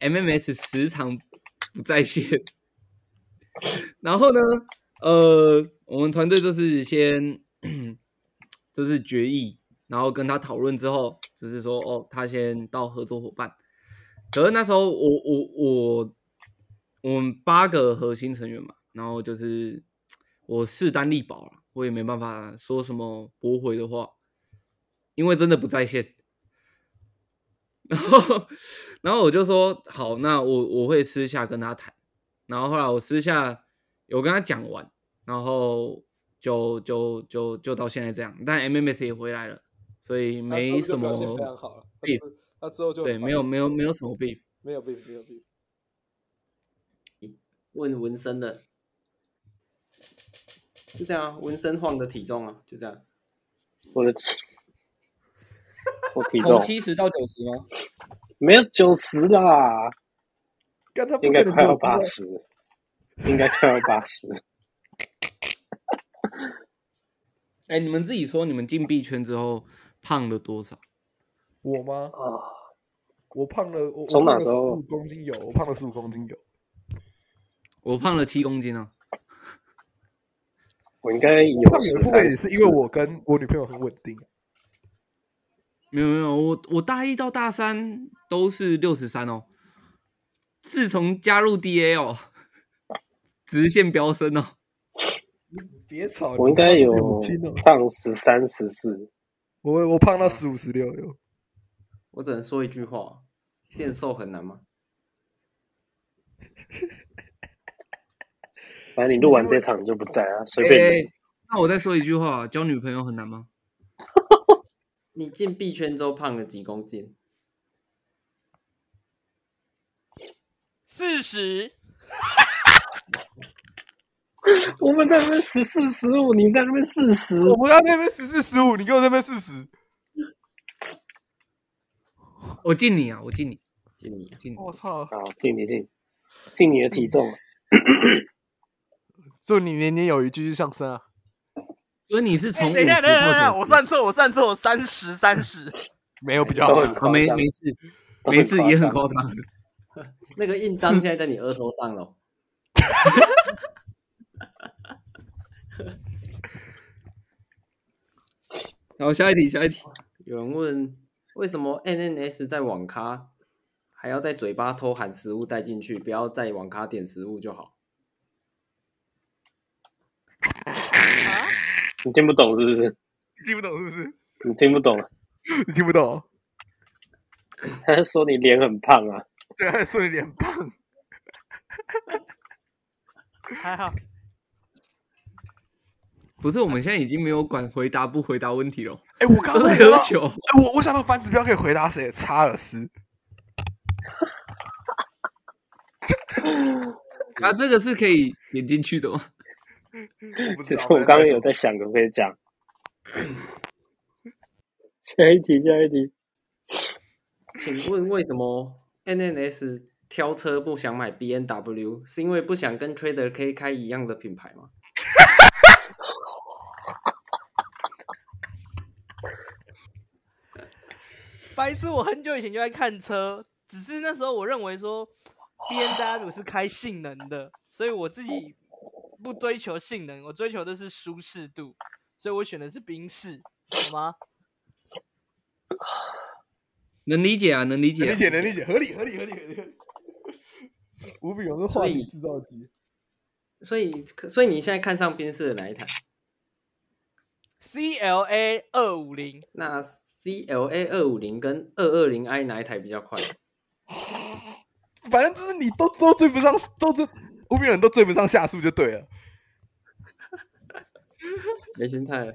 Speaker 4: MMS 时常不在线， 然后呢，呃，我们团队就是先就是决议，然后跟他讨论之后，就是说哦，他先到合作伙伴。可是那时候我我我我们八个核心成员嘛，然后就是我势单力薄了，我也没办法说什么驳回的话，因为真的不在线。 然后，然后我就说好，那我我会私下跟他谈。然后后来我私下有跟他讲完，然后就就就就到现在这样。但 MMS 也回来了，所以没什么
Speaker 2: 好了
Speaker 4: 他对
Speaker 2: 他之后就
Speaker 4: 对，没有没有没有什么 beef。
Speaker 2: 没有病，没有病。
Speaker 8: 问纹身的，就这样啊，纹身晃的体重啊，就这样。
Speaker 5: 我的体，我体重
Speaker 4: 从七十到九十吗？
Speaker 5: 没有九十啦，
Speaker 2: 干他不
Speaker 5: 应
Speaker 2: 可
Speaker 5: 该
Speaker 2: 能
Speaker 5: 快
Speaker 2: 做
Speaker 5: 要
Speaker 2: 不到
Speaker 5: 八十，应该快要八 十。
Speaker 4: 哎，你们自己说，你们进币圈之后胖了多少？
Speaker 2: 我吗？
Speaker 5: 啊，
Speaker 2: 我胖了，我
Speaker 5: 从
Speaker 2: 我胖
Speaker 5: 哪
Speaker 2: 了
Speaker 5: 时
Speaker 2: 十
Speaker 5: 候哦
Speaker 2: 五公斤有，我胖了十五公斤有。
Speaker 4: 我胖了七公斤啊！
Speaker 5: 我应该
Speaker 2: 我胖有
Speaker 5: 有十
Speaker 2: 一部分
Speaker 5: 三
Speaker 2: 也
Speaker 5: 十
Speaker 2: 是因为我跟我女朋友很稳定，啊
Speaker 4: 没有没有，我我大一到大三都是六十三哦。 自从加入 DA 哦，直线飙升哦。
Speaker 2: 别吵了，
Speaker 5: 我应该有
Speaker 2: 我胖到15斤哦
Speaker 5: 胖十三十四，
Speaker 2: 我我胖到十五十六有。
Speaker 8: 我只能说一句话：变瘦很难吗？
Speaker 5: 反正你录完这场就不在啊，随便你。
Speaker 4: 哎，那我再说一句话，交女朋友很难吗？
Speaker 8: 你进币圈之后胖了几公斤？
Speaker 9: 四十，
Speaker 5: 我们在那边十四十五，你在那边四十，
Speaker 2: 我们要那边十四十五，你给我那边四十。
Speaker 4: 我敬你啊，我敬你，
Speaker 8: 经理啊，
Speaker 4: 敬你。
Speaker 9: 哦
Speaker 2: 我操！
Speaker 5: 好，敬你敬，敬你的体重。
Speaker 2: 祝你年年有余，继续上升啊！
Speaker 4: 所以你是从
Speaker 9: 哎等一下，
Speaker 4: 50
Speaker 9: 等一下，等一下，
Speaker 4: 或者
Speaker 9: 我算错，我算错，三十，三十。
Speaker 2: 没有比较
Speaker 5: 都
Speaker 2: 好，
Speaker 5: 很
Speaker 4: 啊，
Speaker 5: 夸
Speaker 4: 没
Speaker 5: 张
Speaker 4: 没事，
Speaker 5: 都
Speaker 4: 没事
Speaker 5: 夸
Speaker 4: 嗯也很
Speaker 5: 张
Speaker 4: 夸张。
Speaker 8: 那个印章现在在你额头上了。
Speaker 4: 然后下一题，下一题，
Speaker 8: 有人问为什么 NNS 在网咖还要在嘴巴偷含食物带进去，不要在网咖点食物就好？
Speaker 5: 你听不懂是不是？
Speaker 2: 听不懂是不是？
Speaker 5: 你听不懂，
Speaker 2: 你听不懂？哦
Speaker 5: 他说你脸很胖啊，
Speaker 2: 对，还说你脸胖。
Speaker 9: 还好，
Speaker 4: 不是我们现在已经没有管回答不回答问 题了，
Speaker 2: 哎，我刚
Speaker 4: 都
Speaker 2: 刚
Speaker 4: 在
Speaker 2: 想到，哎
Speaker 4: 喝酒。
Speaker 2: 我我想到反指标可以回答谁？查尔斯。
Speaker 4: 啊，这个是可以点进去的吗？
Speaker 2: 我不知
Speaker 5: 其
Speaker 2: 道
Speaker 5: 实我刚刚有在想，可不可以讲？下一题，下一题。
Speaker 8: 请问为什么 NNS 挑车不想买 B N W，是因为不想跟 Trader K 开一样的品牌吗？
Speaker 9: 白痴！我很久以前就在看车，只是那时候我认为说 B N W 是开性能的，所以我自己不追求性能，我追求的是舒适度，所以我选的是宾士，好吗？
Speaker 4: 能理解啊，能理解啊、
Speaker 2: 能理解，能理解，合理，合理，合理，合理。合理吴炳荣是话
Speaker 8: 所
Speaker 2: 题
Speaker 8: 以
Speaker 2: 制造机，
Speaker 8: 所以，所以你现在看上宾士的哪一台？
Speaker 9: C L A 二五零，
Speaker 8: 那 C L A 二五零跟二二零 I 哪一台比较快？
Speaker 2: 反正就是你都都追不上，都追吴炳荣都追不上下数就对了。
Speaker 8: 没心态了。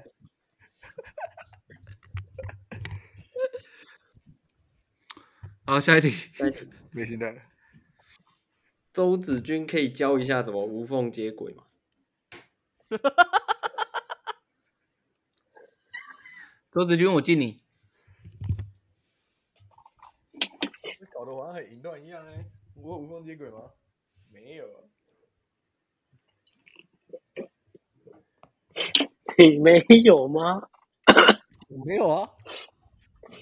Speaker 4: 好，下一题，
Speaker 8: 但
Speaker 2: 没心态了。
Speaker 8: 周子君可以教一下怎么无缝接轨吗？
Speaker 4: 周子君，我敬你。
Speaker 2: 搞得我好像很淫乱一样哎、我有无缝接轨吗？没有啊。
Speaker 5: 你没有吗？
Speaker 2: 我没有啊。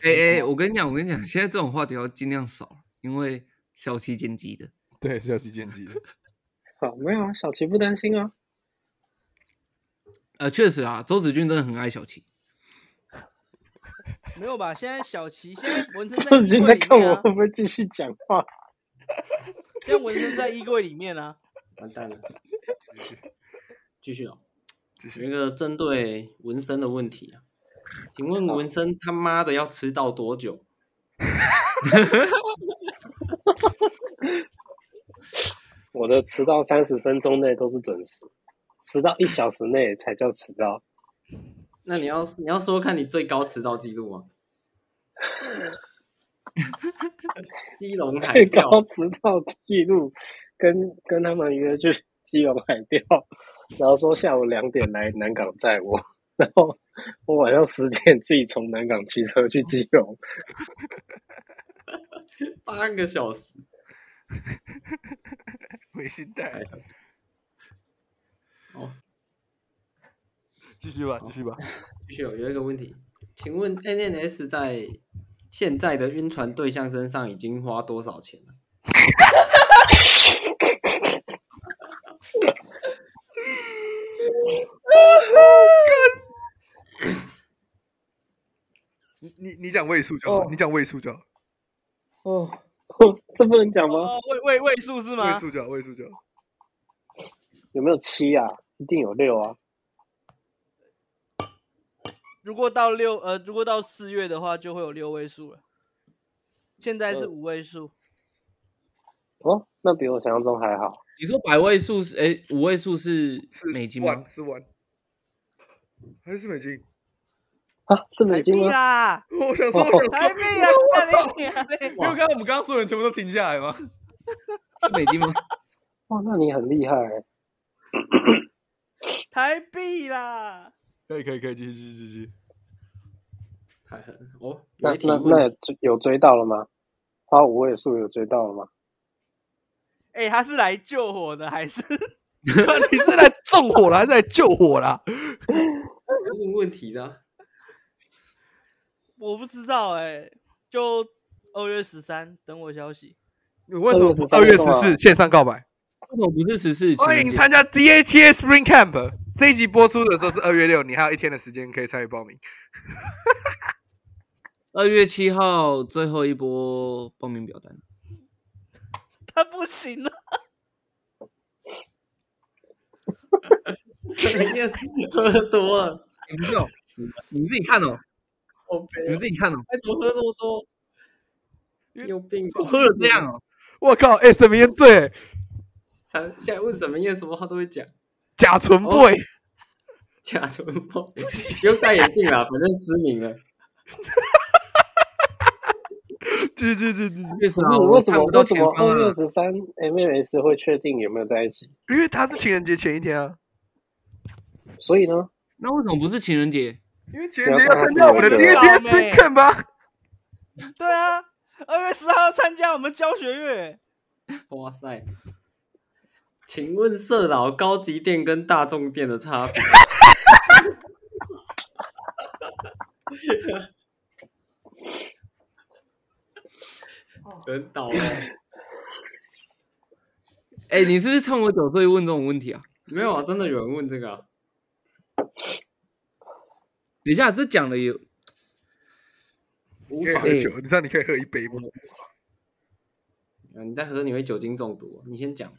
Speaker 4: 哎、哎、我跟你讲，我跟你讲，现在这种话题要尽量少，因为小期剪辑的。
Speaker 2: 对，是要去剪辑的。
Speaker 5: 好，没有啊，小齐不担心啊。
Speaker 4: 呃，确实啊，周子君真的很爱小期。
Speaker 9: 没有吧？现在小齐，现在纹身在
Speaker 5: 这
Speaker 9: 衣
Speaker 5: 群
Speaker 9: 柜
Speaker 5: 在
Speaker 9: 里
Speaker 5: 看
Speaker 9: 面
Speaker 5: 我
Speaker 9: 啊
Speaker 5: 会，不会继续讲话？
Speaker 9: 现在纹身在衣柜里面啊。
Speaker 8: 完蛋了，继续哦。
Speaker 2: 继
Speaker 8: 有一个针对纹身的问题啊，请问
Speaker 5: 好
Speaker 8: 纹身他妈的要吃到多久？
Speaker 5: 我的迟到三十分钟内都是准时，迟到一小时内才叫迟到。
Speaker 8: 那你要你要说看你最高迟到记录吗？基隆海
Speaker 5: 最
Speaker 8: 钓，
Speaker 5: 高迟到记录，跟跟他们约去基隆海钓，然后说下午两点来南港载我，然后我晚上十点自己从南港骑车去基隆，
Speaker 8: 八个小时。
Speaker 2: 没心态。
Speaker 8: 哦，
Speaker 2: 继续吧，继续吧。
Speaker 8: 继续哦。有一个问题，请问 NNS 在现在的晕船对象身上已经花多少钱了？
Speaker 2: 你你你讲位数就好，
Speaker 3: 哦
Speaker 2: 你讲位数就好，
Speaker 3: 哦，
Speaker 5: 这不能讲吗？
Speaker 9: 哦，位位位数是吗
Speaker 2: 位？数就好，位数就好。
Speaker 5: 有没有七啊？一定有六啊！
Speaker 9: 如果到六呃，如果到四月的话，就会有六位数了。现在是
Speaker 8: 呃
Speaker 9: 五位数，
Speaker 5: 哦，那比我想象中还好。
Speaker 4: 你说百位数是哎，五位数是
Speaker 7: 是
Speaker 4: 美金吗
Speaker 7: 万？是万，还是美金？
Speaker 5: 啊，是美
Speaker 9: 台
Speaker 5: 金
Speaker 9: 币
Speaker 5: 吗？
Speaker 9: 啦，
Speaker 2: 哦
Speaker 7: 我想
Speaker 8: 哦
Speaker 7: 说，我想
Speaker 9: 台币啦，干你娘嘞！
Speaker 2: 因为刚刚我们刚刚所有人全部都停下来嘛。
Speaker 4: 是美金吗？
Speaker 5: 哇，那你很厉害欸、
Speaker 9: 台币啦，
Speaker 2: 可以可以可以，继续继续继续。
Speaker 8: 太狠了哦！
Speaker 5: 那
Speaker 8: 有一题
Speaker 5: 那
Speaker 8: 问
Speaker 5: 那有追有追到了吗？花五位数有追到了吗？
Speaker 9: 哎、他是来救火的还是？
Speaker 2: 你是来纵火了还是来救火啦？
Speaker 8: 问问题的啊，
Speaker 9: 我不知道哎、就二月十三等我消息。
Speaker 2: 你为什么不二月十啊四线上告白？
Speaker 4: 为什么不是十四？
Speaker 2: 欢迎参加 DATA Spring Camp。这一集播出的时候是二月六，你还有一天的时间可以参与报名。
Speaker 4: 二月七号最后一波报名表单，
Speaker 9: 他不行了，
Speaker 8: 谁念喝多啊了？
Speaker 4: 你不是哦，你们自己看哦，
Speaker 8: 我杯
Speaker 4: 你们自己看哦，
Speaker 8: 哎，怎么喝这么多？有病吧！
Speaker 4: 我喝了这样
Speaker 8: 啊
Speaker 4: 哦，
Speaker 2: 我靠，哎、什么烟对
Speaker 8: 才现在问什么验什么话都会讲，
Speaker 2: 甲醇
Speaker 7: 哦
Speaker 2: boy，、
Speaker 8: 假唇包， 不用戴眼镜啦，反正失明了。
Speaker 2: 继续继续继续，
Speaker 4: 确实
Speaker 5: 不
Speaker 4: 啊，
Speaker 5: 是
Speaker 4: 我
Speaker 5: 为什
Speaker 4: 看
Speaker 5: 么
Speaker 4: 不到
Speaker 5: 为什
Speaker 4: 前
Speaker 5: 么
Speaker 4: 方
Speaker 5: 二月
Speaker 4: 啊，
Speaker 5: 十三 MMS 会确定有没有在一起？
Speaker 2: 因为他是情人节前一天啊。
Speaker 5: 所以呢，
Speaker 4: 那为什么不是情人节？
Speaker 7: 因为情人节要参加我们的
Speaker 5: 你要
Speaker 2: DATA
Speaker 9: 看他
Speaker 2: Spring Camp 吧，
Speaker 9: 对啊，二月十号要参加我们教学月，
Speaker 8: 哇塞！请问色老高级店跟大众店的差别？ 人倒 了，
Speaker 4: 哎，你是不是趁我酒醉问这种问题啊？
Speaker 8: 没有啊？真的有人问这个、啊？
Speaker 4: 等一下，这讲的有
Speaker 8: 无
Speaker 7: 可以
Speaker 8: 法
Speaker 7: 喝酒，你知道你可以喝一杯吗？
Speaker 8: 你再喝你会酒精中毒，啊你先讲。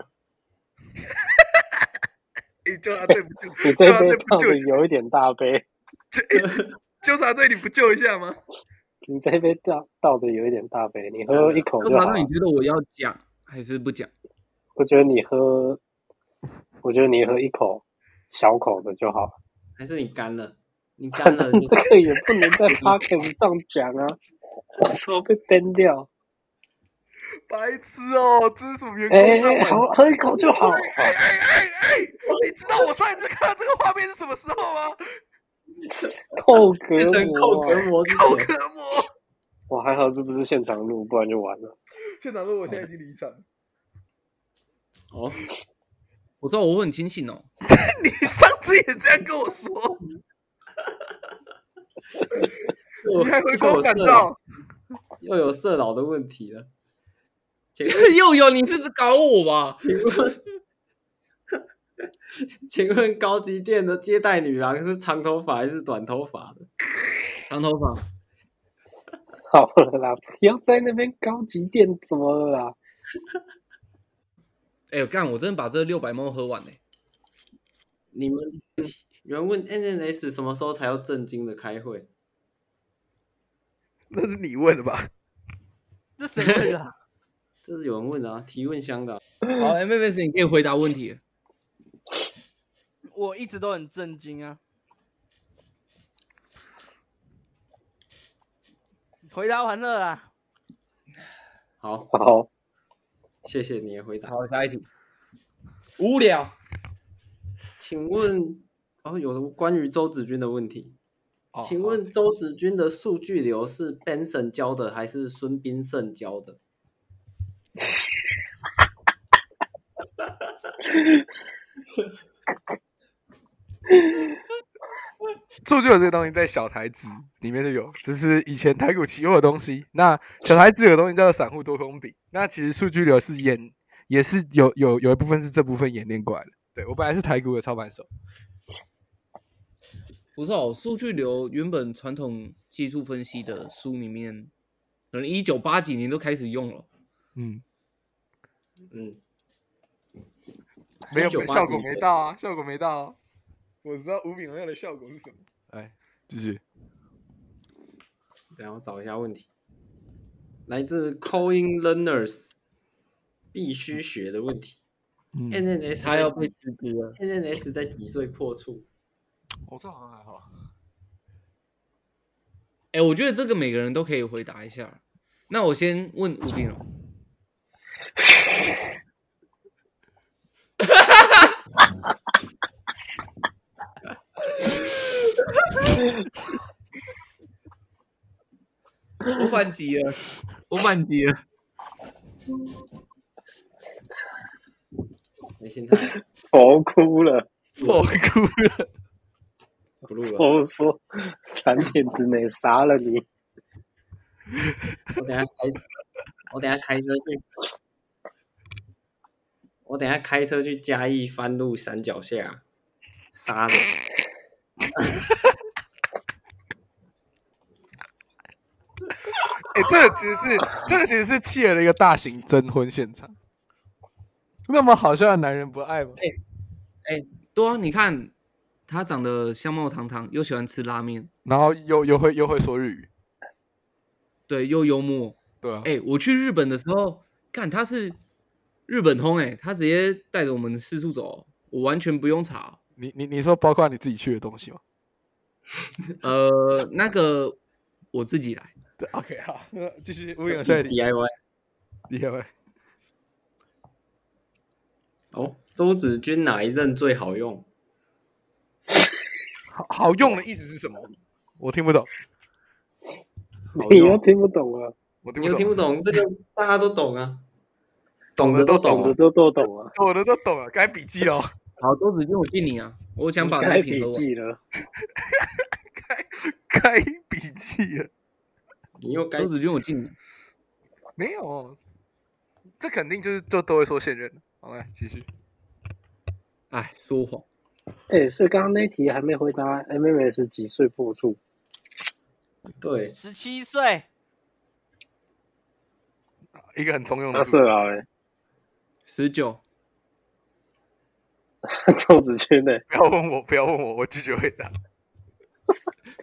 Speaker 7: 哎，就他对不救，
Speaker 5: 你
Speaker 7: 就
Speaker 5: 这一
Speaker 7: 他对
Speaker 5: 杯
Speaker 7: 不
Speaker 5: 倒
Speaker 7: 救
Speaker 5: 的
Speaker 7: 一下，
Speaker 5: 有一点大杯，
Speaker 7: 纠察队你不救一下吗？
Speaker 5: 你这一杯倒倒的有一点大杯，你喝一口
Speaker 4: 调
Speaker 5: 就好
Speaker 4: 查，
Speaker 5: 了
Speaker 4: 那你。觉得我要讲还是不讲？
Speaker 5: 我觉得你喝，我觉得你喝一口小口的就好 了。
Speaker 8: 还是你干了？你 干了你
Speaker 5: 这个也不能 在 p o c k e t 上讲啊，到时候被 ban 掉。
Speaker 7: 白痴哦，这是什么员
Speaker 5: 哎
Speaker 7: 工
Speaker 5: 哎
Speaker 7: 饭
Speaker 5: 哎，
Speaker 7: 碗？
Speaker 5: 好，喝一口就好。
Speaker 7: 哎哎哎哎！你知道我上一次看到这个画面是什么时候 吗？
Speaker 5: 扣格
Speaker 8: 变成扣
Speaker 5: 膜啊，
Speaker 8: 隔膜是
Speaker 7: 好
Speaker 8: 谁？
Speaker 7: 可恶！
Speaker 5: 我还好这不是现场录，不然就完了。
Speaker 7: 现场说我现在已经离场。
Speaker 8: 哦，
Speaker 4: 我知道我会很清醒哦，
Speaker 7: 你上次也这样跟我说，你还回光返照，
Speaker 8: 又有色老的问题了。请问，
Speaker 4: 又有你是搞我吧？
Speaker 8: 请问， 请问高级店的接待女郎是长头发还是短头发的？
Speaker 4: 长头发，
Speaker 5: 好了啦，不要在那边高级店怎么了啦？
Speaker 4: 哎、呦干，我真的把这六百梦喝完嘞、
Speaker 8: 你们有人问 NNS 什么时候才要正经的开会？
Speaker 7: 那是你问的吧？
Speaker 9: 这谁问的啊、
Speaker 8: 这是有人问的啊，提问箱的啊、
Speaker 4: 好，MMS，你可以回答问题了。
Speaker 9: 我一直都很震惊啊！回答完了啦，
Speaker 8: 好，
Speaker 5: 好，
Speaker 8: 谢谢你的回答。
Speaker 4: 好，下一题。无聊，
Speaker 8: 请问，哦，有关于周子君的问题，
Speaker 2: 哦
Speaker 8: 请问周子君的数据流是 Benson 教的还是孙斌胜教的？
Speaker 2: 数据有这个东西在小台子里面就有，这是以前台股期货的东西。那小台子有个东西叫做散户多空比，那其实数据流是演也是有有有一部分是这部分演练过来的。对我本来是台股的操盘手，
Speaker 4: 不是哦，数据流原本传统技术分析的书里面，可能一九八几年都开始用了。
Speaker 2: 嗯，
Speaker 8: 嗯，
Speaker 7: 没有，
Speaker 8: 1980
Speaker 7: 效果没到啊，效果没到、啊。我知道吴炳荣要的效果是什么。
Speaker 2: 哎，继续
Speaker 8: 等一下我找一下问题。来自 Coin Learners 必须学的问题。
Speaker 2: 嗯，
Speaker 8: NNS
Speaker 4: 他要
Speaker 8: 在
Speaker 4: 被
Speaker 8: 几
Speaker 4: 辞职了。
Speaker 8: NNS 在几岁破处？
Speaker 7: 我、这好像还好。
Speaker 4: 哎、我觉得这个每个人都可以回答一下。那我先问吴金龙，我反击了，我反击了。
Speaker 8: 没心态，
Speaker 5: 头哭了。
Speaker 2: 我哭了。
Speaker 8: 不录了。
Speaker 5: 我说三天之内杀了你。
Speaker 8: 我等一下开，我等一下开车去，我等一下开车去嘉义番路山脚下杀你。
Speaker 2: 哎、这个其实是这个其实是契儿的一个大型征婚现场。那么好笑的男人不爱吗？
Speaker 4: 对啊，你看他长得相貌堂堂，又喜欢吃拉面，
Speaker 2: 然后又又会又会说日语，
Speaker 4: 对，又幽默。
Speaker 2: 对啊，
Speaker 4: 哎、我去日本的时候，看他是日本通、哎，他直接带着我们四处走，我完全不用查哦、
Speaker 2: 你你你说包括你自己去的东西吗？
Speaker 4: 呃，那个我自己来。
Speaker 2: 对，OK，好，那继续吴永帅
Speaker 8: DIY
Speaker 2: 厉害。
Speaker 8: 哦，周子君哪一任最好用？
Speaker 2: 好好用的意思是什么？我听不懂，
Speaker 8: 好
Speaker 5: 你又
Speaker 8: 用，
Speaker 5: 听不懂啊，
Speaker 2: 我听
Speaker 8: 你
Speaker 2: 不懂，
Speaker 8: 又听不懂这个，大家都懂啊，
Speaker 2: 懂的
Speaker 8: 的
Speaker 2: 都
Speaker 8: 懂
Speaker 5: 懂的
Speaker 8: 啊。
Speaker 5: 都都懂啊。
Speaker 2: 我的都懂了，该笔记了哦。
Speaker 4: 好，周子君，我敬你啊！我想
Speaker 5: 你
Speaker 4: 把
Speaker 5: 改
Speaker 4: 奶瓶
Speaker 5: 笔
Speaker 4: 喝完。
Speaker 5: 记了，
Speaker 2: 该笔记了，
Speaker 8: 你又该
Speaker 4: 周子君，我敬你。
Speaker 7: 没
Speaker 2: 哦
Speaker 7: 有，这肯定就是就都会说现任。好，来继续。
Speaker 4: 哎，说谎。
Speaker 5: 哎、所以刚刚那题还没回答，MMS 几岁破处？
Speaker 8: 对，
Speaker 9: 十七岁，
Speaker 7: 一个很中庸
Speaker 5: 他
Speaker 7: 的数
Speaker 5: 色
Speaker 7: 字，
Speaker 5: 狼 哎、
Speaker 4: 十九，
Speaker 5: 欸，周子君哎、
Speaker 7: 不要问我，不要问我，我拒绝回答。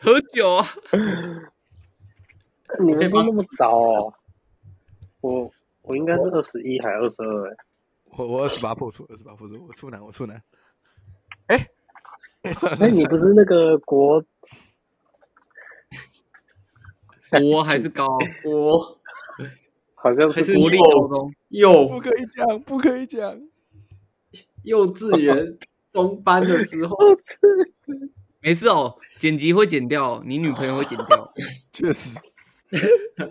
Speaker 4: 喝酒啊！
Speaker 5: 你们都那么早哦？我我应该是二十一还二十 二哎，
Speaker 2: 我我二十八破处，二十八破处，我处男，我处男。哎、哎、算了
Speaker 5: 那
Speaker 2: 算了，
Speaker 5: 你不是那个国
Speaker 4: 国还是高，
Speaker 8: 我
Speaker 5: 好像
Speaker 4: 还
Speaker 5: 是
Speaker 4: 是国立高中？
Speaker 2: 不
Speaker 8: 幼
Speaker 2: 可以讲，不可以讲。
Speaker 8: 幼稚园中班的时 候，
Speaker 4: 没事哦，剪辑会剪掉，你女朋友会剪掉。
Speaker 2: 确实，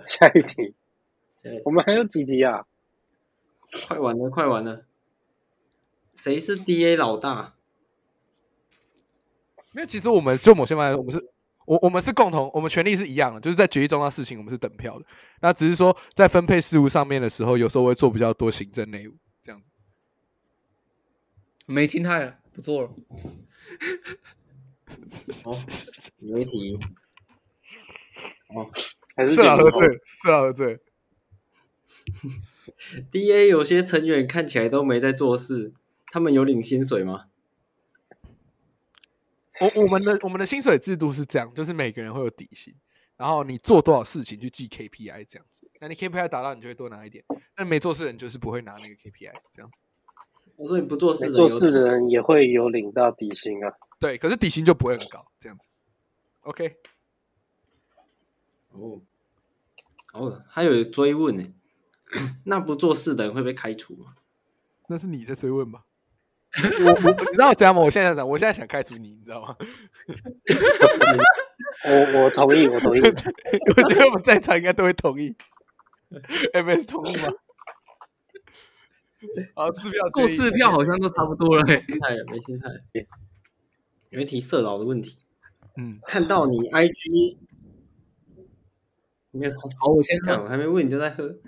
Speaker 5: 下一题，
Speaker 8: 现在
Speaker 5: 我们还有几题啊？
Speaker 8: 快完了，快完了。谁是 DA 老大？
Speaker 2: 没有。其实我们就某些方面来说，我们是，我我们是共同，我们权利是一样的，就是在决议重要事情，我们是等票的。那只是说在分配事务上面的时候，有时候会做比较多行政内务这样子。
Speaker 4: 没心态了，不做了。
Speaker 8: 哦，有一题，
Speaker 5: 还是
Speaker 2: 色
Speaker 5: 啊
Speaker 2: 狼
Speaker 5: 剪
Speaker 2: 喝
Speaker 5: 头
Speaker 2: 醉了，色狼喝醉了。
Speaker 8: D A 有些成员看起来都没在做事，他们有领薪水吗？
Speaker 2: 我我们的我们的薪水制度是这样，就是每个人会有底薪，然后你做多少事情去记 KPI 这样子。那你 KPI 达到，你就会多拿一点；那没做事的人就是不会拿那个 KPI 这样子。
Speaker 8: 我哦说你不做事
Speaker 5: 没
Speaker 8: 的
Speaker 5: 做
Speaker 8: 有
Speaker 5: 事的人也会有领到底薪啊。
Speaker 2: 对，可是底薪就不会很高这样子。OK，
Speaker 8: 哦哦，还有追问呢、 那不做事的人会被开除吗？
Speaker 2: 那是你在追问 吧？我我你知道我这样吗？我现在想，我现在想开除你，你 知道吗？
Speaker 5: 我我同意，我 同意，
Speaker 2: 我觉得我们在场应该都会同意。MS 同意 吗？好，四票
Speaker 4: 过
Speaker 2: 决议
Speaker 4: 四票好像都差不多了、欸。
Speaker 8: 心态没心态。有一题色老的问题，
Speaker 2: 嗯，
Speaker 8: 看到你 I G，没有
Speaker 4: 好，我先
Speaker 8: 看，
Speaker 4: 喝。
Speaker 8: 我还没问你就在喝。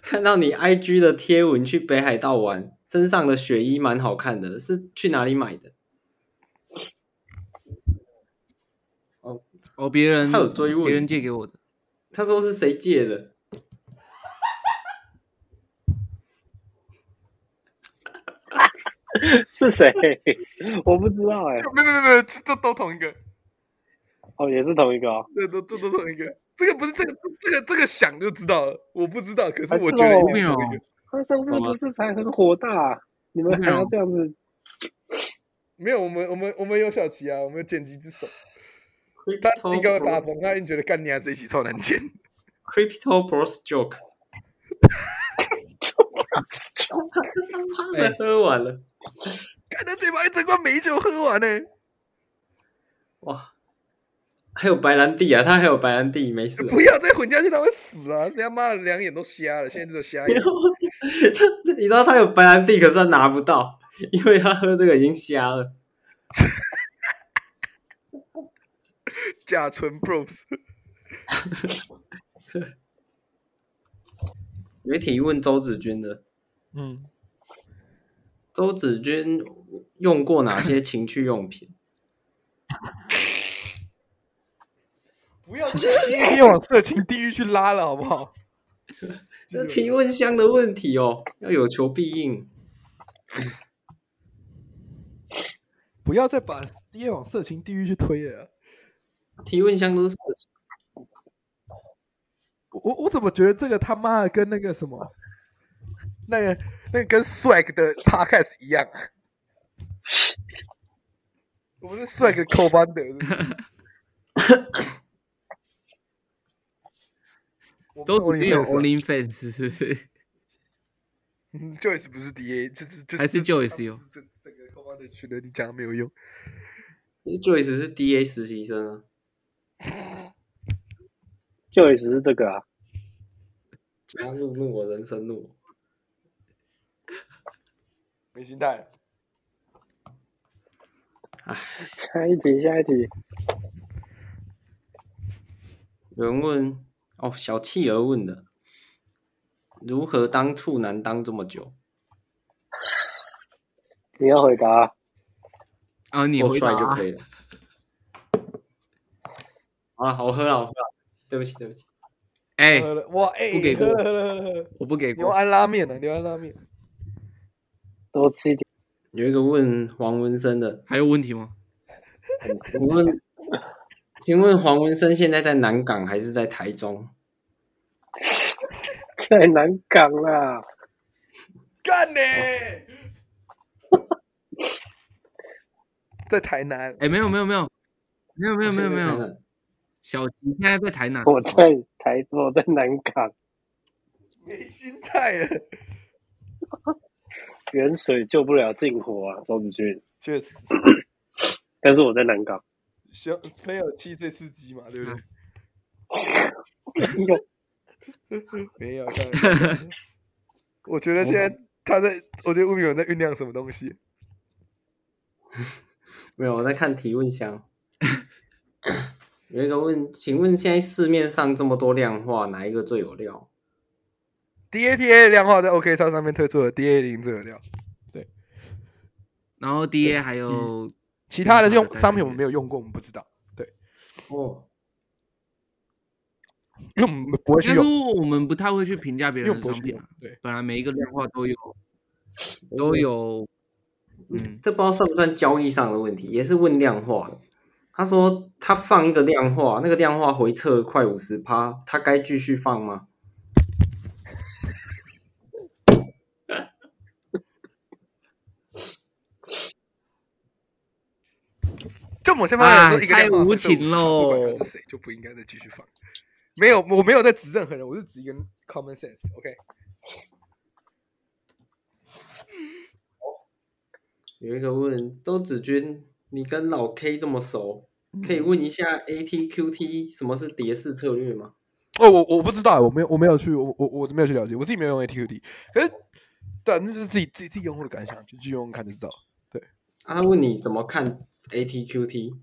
Speaker 8: 看到你 IG 的贴文去北海道玩，身上的雪衣蛮好看的，是去哪里买的？
Speaker 4: 哦，别人
Speaker 8: 他有追问
Speaker 4: 别人借给我的。
Speaker 8: 他说是谁借的？
Speaker 5: 是谁？我不知道哎、
Speaker 7: 没有没有没有，这这都同一个。
Speaker 5: 哦，也是同一个哦。
Speaker 7: 这都这都同一个，这个不是这个这个这个想就知道了，我不知道，可是
Speaker 5: 啊
Speaker 7: 我
Speaker 5: 是
Speaker 7: 觉得
Speaker 5: 哦
Speaker 7: 一定是同一
Speaker 4: 没有
Speaker 7: 个，
Speaker 5: 他上次
Speaker 4: 好吧
Speaker 5: 不是才很火大，啊你们
Speaker 4: 嗯
Speaker 5: 还要这样子？
Speaker 7: 没有我们我们我们有小齐啊，我们有剪辑之手，他
Speaker 8: Crypto
Speaker 7: 应该会发
Speaker 8: Bros
Speaker 7: 疯，他一定觉得干你啊这一集超难剪，
Speaker 8: Crypto Bros joke，他
Speaker 2: 啊
Speaker 4: 哎
Speaker 8: 们 喝完了，
Speaker 7: 干他得把一整罐美酒喝完呢、
Speaker 8: 哇！还有白兰地啊，他还有白兰地，没事、啊。
Speaker 7: 不要再混下去，他会死啊！人家妈的两眼都瞎了，现在只有瞎 眼。
Speaker 8: 他你知道他有白兰地，可是他拿不到，因为他喝这个已经瞎了。
Speaker 7: 甲醇 Bros，
Speaker 8: 有一题问周子君的，
Speaker 2: 嗯，
Speaker 8: 周子君用过哪些情趣用品？
Speaker 7: 不要
Speaker 2: 别往色情地狱去拉了，好不好？
Speaker 8: 这提问箱的问题哦，要有求必应。
Speaker 2: 不要再把爹往色情地狱去推了。
Speaker 8: 提问箱都是色情
Speaker 2: 我我我怎么觉得这个他妈的跟那个什么
Speaker 7: 那个那个跟 Swag 的 Podcast 一样啊，我们是 Swag 的扣班的，是不是我
Speaker 4: 都
Speaker 7: 们
Speaker 4: 只有
Speaker 7: OnlyFans 啊
Speaker 4: OnlyFans 是不是？
Speaker 7: 嗯，Joyce 不是 DA，就是就是
Speaker 4: 还是 Joyce 哟
Speaker 7: 这这个扣班的群的，你讲的没有用。
Speaker 8: ，Joyce 是 DA 实习生啊
Speaker 5: 就也只是这个啊，
Speaker 8: 加入怒我人生怒我。
Speaker 7: 没心态，
Speaker 5: 下一题，下一题，
Speaker 8: 有人问哦，小企鹅问的，如何当处男当这么久？
Speaker 5: 你要回答啊、
Speaker 4: 啊，你
Speaker 8: 够
Speaker 4: 回答
Speaker 8: 帅就
Speaker 4: 啊
Speaker 8: 可以了。好了，我喝了，我喝了，对不起，对不起。
Speaker 4: 哎、
Speaker 2: 喝了哇哎，
Speaker 4: 不给过
Speaker 2: 喝了喝了喝了喝了
Speaker 4: 我不给
Speaker 2: 牛
Speaker 4: 过。
Speaker 2: 安拉面呢？牛安拉面，
Speaker 5: 多吃一点。
Speaker 8: 有一个问黄文生 的，
Speaker 4: 还有问题吗？
Speaker 8: 请问，请问黄文生现在在南港还是在台中？
Speaker 5: 在南港啊啦，
Speaker 7: 干呢、在台南，
Speaker 4: 哎、没有没有没有没有没有没有没
Speaker 8: 现在
Speaker 4: 有，小
Speaker 8: 在台南
Speaker 4: 吉现在在台南。
Speaker 5: 我在台，我在南港，
Speaker 7: 没心态 了，
Speaker 5: 远水救不了近火啊，周子君。
Speaker 7: 确实。
Speaker 5: 但是我在南港，
Speaker 7: 小朋友气最刺激嘛，对
Speaker 4: 啊
Speaker 7: 不对？ 没有，开玩 笑我觉得现在他在，我觉得吴敏文在酝酿什么东西。
Speaker 8: 没有，我在看提问箱。有一个问，请问现在市面上这么多量化，哪一个最有料？
Speaker 7: DATA 量化在 OK 超上面推出的 DA 零最有料，
Speaker 4: 然后 DA 还有
Speaker 2: 其他的这
Speaker 4: 嗯好
Speaker 2: 种
Speaker 4: 的
Speaker 2: 商品我们没有用过，我们不知道，
Speaker 8: 哦，
Speaker 2: 因为我们不会去
Speaker 4: 但是
Speaker 2: 用，
Speaker 4: 我们不太会去评价别
Speaker 2: 因为我
Speaker 4: 人
Speaker 2: 们不会
Speaker 4: 的商
Speaker 2: 去
Speaker 4: 品
Speaker 2: 用
Speaker 4: 啊。。
Speaker 2: 对，
Speaker 4: 本来每一个量化都有，都有，嗯，
Speaker 8: 这不知道算不算交易上的问题，也是问量化的。他说他放一个量化，那个量化回撤快五十趴，他该继续放吗？
Speaker 7: 就某些方面来说，
Speaker 4: 哎
Speaker 7: 一个量化会
Speaker 4: 太无
Speaker 7: 受
Speaker 4: 情
Speaker 7: 伤不管
Speaker 4: 喽
Speaker 7: 他是谁，就不应该再继续放。没有，我没有在指任何人，我是指一个 common sense。OK，
Speaker 8: 有一个问周子君，你跟老 K 这么熟，可
Speaker 4: 嗯
Speaker 8: 以问一下 ATQT 什么是蝶式策略吗？
Speaker 2: 哦，我我不知道，我没有我没有去，我我我没有去了解，我自己没有用 ATQD，可是对啊，那是自己自己自己用户的感想，就去用用看就知道。
Speaker 8: 啊，他问你怎么看 ATQT，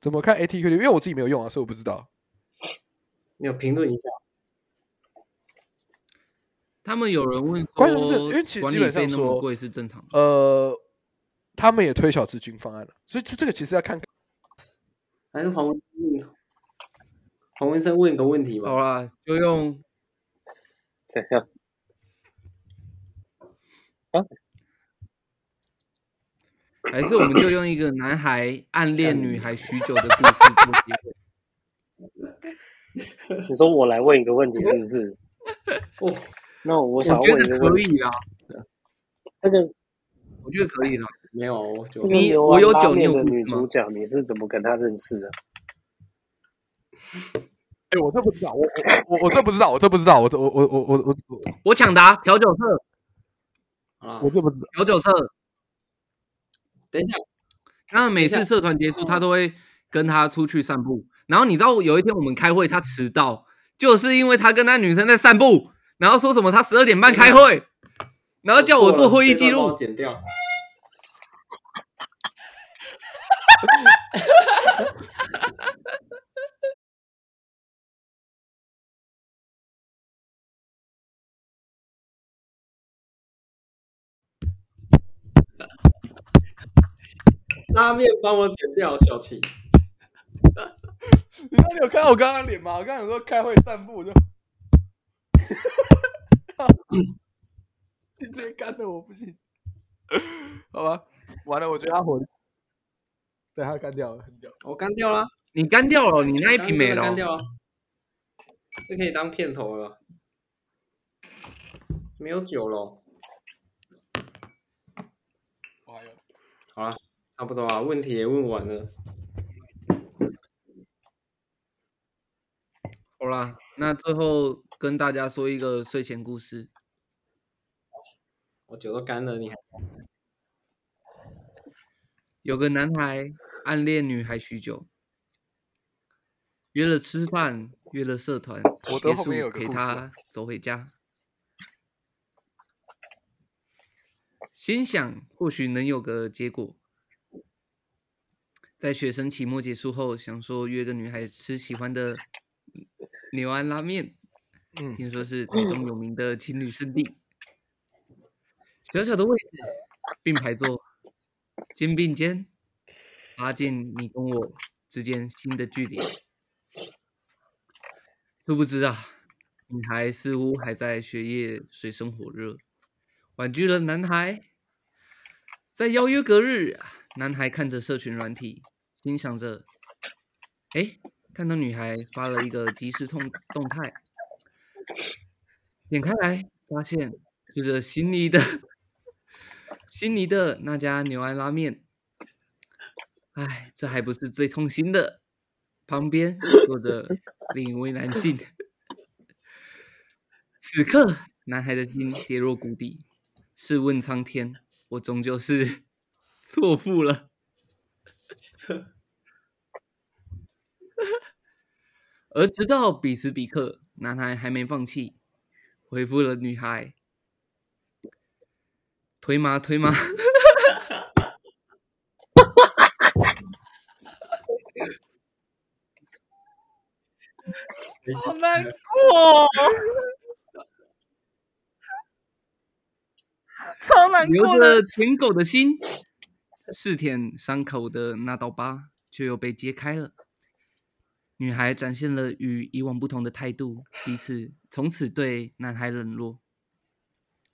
Speaker 2: 怎么看 ATQD？因为我自己没有用啊，所以我不知道。
Speaker 8: 你有评论一下。
Speaker 4: 他们有人问
Speaker 2: 关于这
Speaker 4: 说，
Speaker 2: 因为其实
Speaker 4: 管
Speaker 2: 基
Speaker 4: 理
Speaker 2: 本
Speaker 4: 费
Speaker 2: 上
Speaker 4: 那么
Speaker 2: 说
Speaker 4: 贵是正常的。
Speaker 2: 呃，他们也推小资金方案了，所以这这个其实要看
Speaker 8: 还是黄文生问黄文生问一个问题
Speaker 4: 好
Speaker 5: 啊
Speaker 8: 吧。
Speaker 4: 啦，就用
Speaker 5: 怎样？
Speaker 4: 还是我们就用一个男孩暗恋女孩许久的故事做结尾。
Speaker 5: 你说我来问一个问题是不是？
Speaker 8: 哦，
Speaker 5: 那我
Speaker 4: 我
Speaker 5: 想
Speaker 4: 觉
Speaker 5: 问一
Speaker 4: 得
Speaker 5: 个
Speaker 4: 可
Speaker 5: 问题，
Speaker 4: 以啦，
Speaker 5: 这个
Speaker 4: 我觉得可以啦。
Speaker 8: 没有，我就
Speaker 5: 这个
Speaker 4: 你
Speaker 5: 牛
Speaker 4: 我
Speaker 5: 丸
Speaker 4: 有
Speaker 5: 拉
Speaker 4: 酒你
Speaker 5: 面
Speaker 4: 有
Speaker 5: 的
Speaker 4: 故事
Speaker 5: 女
Speaker 4: 吗
Speaker 5: 主角，你是怎么跟她认识的？
Speaker 2: 哎，我这不知道，我我我我这不知道，我这不知道，我这我我我我我我
Speaker 4: 我抢答调酒社，
Speaker 8: 啊
Speaker 2: 我，这不知道。
Speaker 4: 调酒社。
Speaker 8: 等一下，
Speaker 4: 那每
Speaker 8: 等
Speaker 4: 次
Speaker 8: 一下嗯
Speaker 4: 社团结束，他都会跟他出去散步。然后你知道有一天我们开会，他迟到，就是因为他跟那女生在散步，然后说什么他十二点半开会，然后叫我做会议记
Speaker 8: 这段帮
Speaker 4: 录
Speaker 8: 我。剪掉。拉面帮我剪掉，小琪。
Speaker 2: 你知道你有看到我刚刚的脸吗？我刚刚有说开会散步，我就， 你直接干的我不行，好吧，完了，我觉得他火力被他干掉了，很屌。
Speaker 8: 我干掉啦，
Speaker 4: 你干掉了，你那一
Speaker 8: 刚
Speaker 4: 瓶
Speaker 8: 刚
Speaker 4: 没了哦
Speaker 8: 真的干。掉啊！这可以当片头了，没有酒了，哦
Speaker 2: 我还有，
Speaker 8: 差不多啊，问题也问完了。
Speaker 4: 好啦，那最后跟大家说一个睡前故事。
Speaker 8: 我酒都干了，你还
Speaker 4: 有个男孩暗恋女孩许久，约了吃饭，约了社团，
Speaker 7: 我的
Speaker 4: 结
Speaker 7: 后
Speaker 4: 束
Speaker 7: 面有个
Speaker 4: 陪
Speaker 7: 故事啊
Speaker 4: 她走回家。心想或许能有个结果。在学生期末结束后，想说约个女孩吃喜欢的牛安拉面，
Speaker 7: 嗯，
Speaker 4: 听说是台中有名的情侣圣地。小小的位置，并排坐，肩并肩，拉近你跟我之间新的距离。殊不知啊，女孩似乎还在学业水深火热，婉拒了男孩。在邀约隔日，啊男孩看着社群软体，心想着：“哎，看到女孩发了一个即时动动态，点开来，发现是这悉尼的悉尼的那家牛安拉面。哎，这还不是最痛心的，旁边坐着另一位男性。此刻，男孩的心跌落谷底，试问苍天，我终究是 错付了。 而直到彼时彼刻，男孩还没放弃，回复了女孩：“推吗？推吗？”
Speaker 9: 好难过，啊超难
Speaker 4: 留
Speaker 9: 过的
Speaker 4: 着。舔狗的心，试舔伤口的那道疤却又被揭开了。女孩展现了与以往不同的态度，彼此从此对男孩冷落。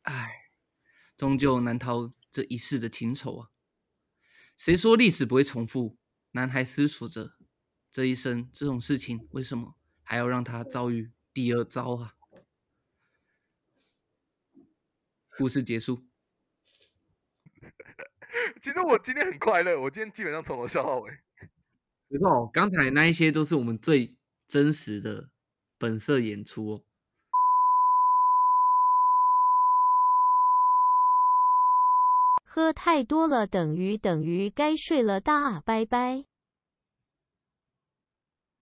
Speaker 4: 唉，终究难逃这一世的情仇啊！谁说历史不会重复？男孩思索着，这一生这种事情为什么还要让他遭遇第二遭啊？故事结束。
Speaker 7: 其实我今天很快乐，我今天基本上从头笑到尾。
Speaker 4: 没错，刚才那一些都是我们最真实的本色演出哦。
Speaker 10: 啊喝太多了等于等于该睡了哒，拜拜。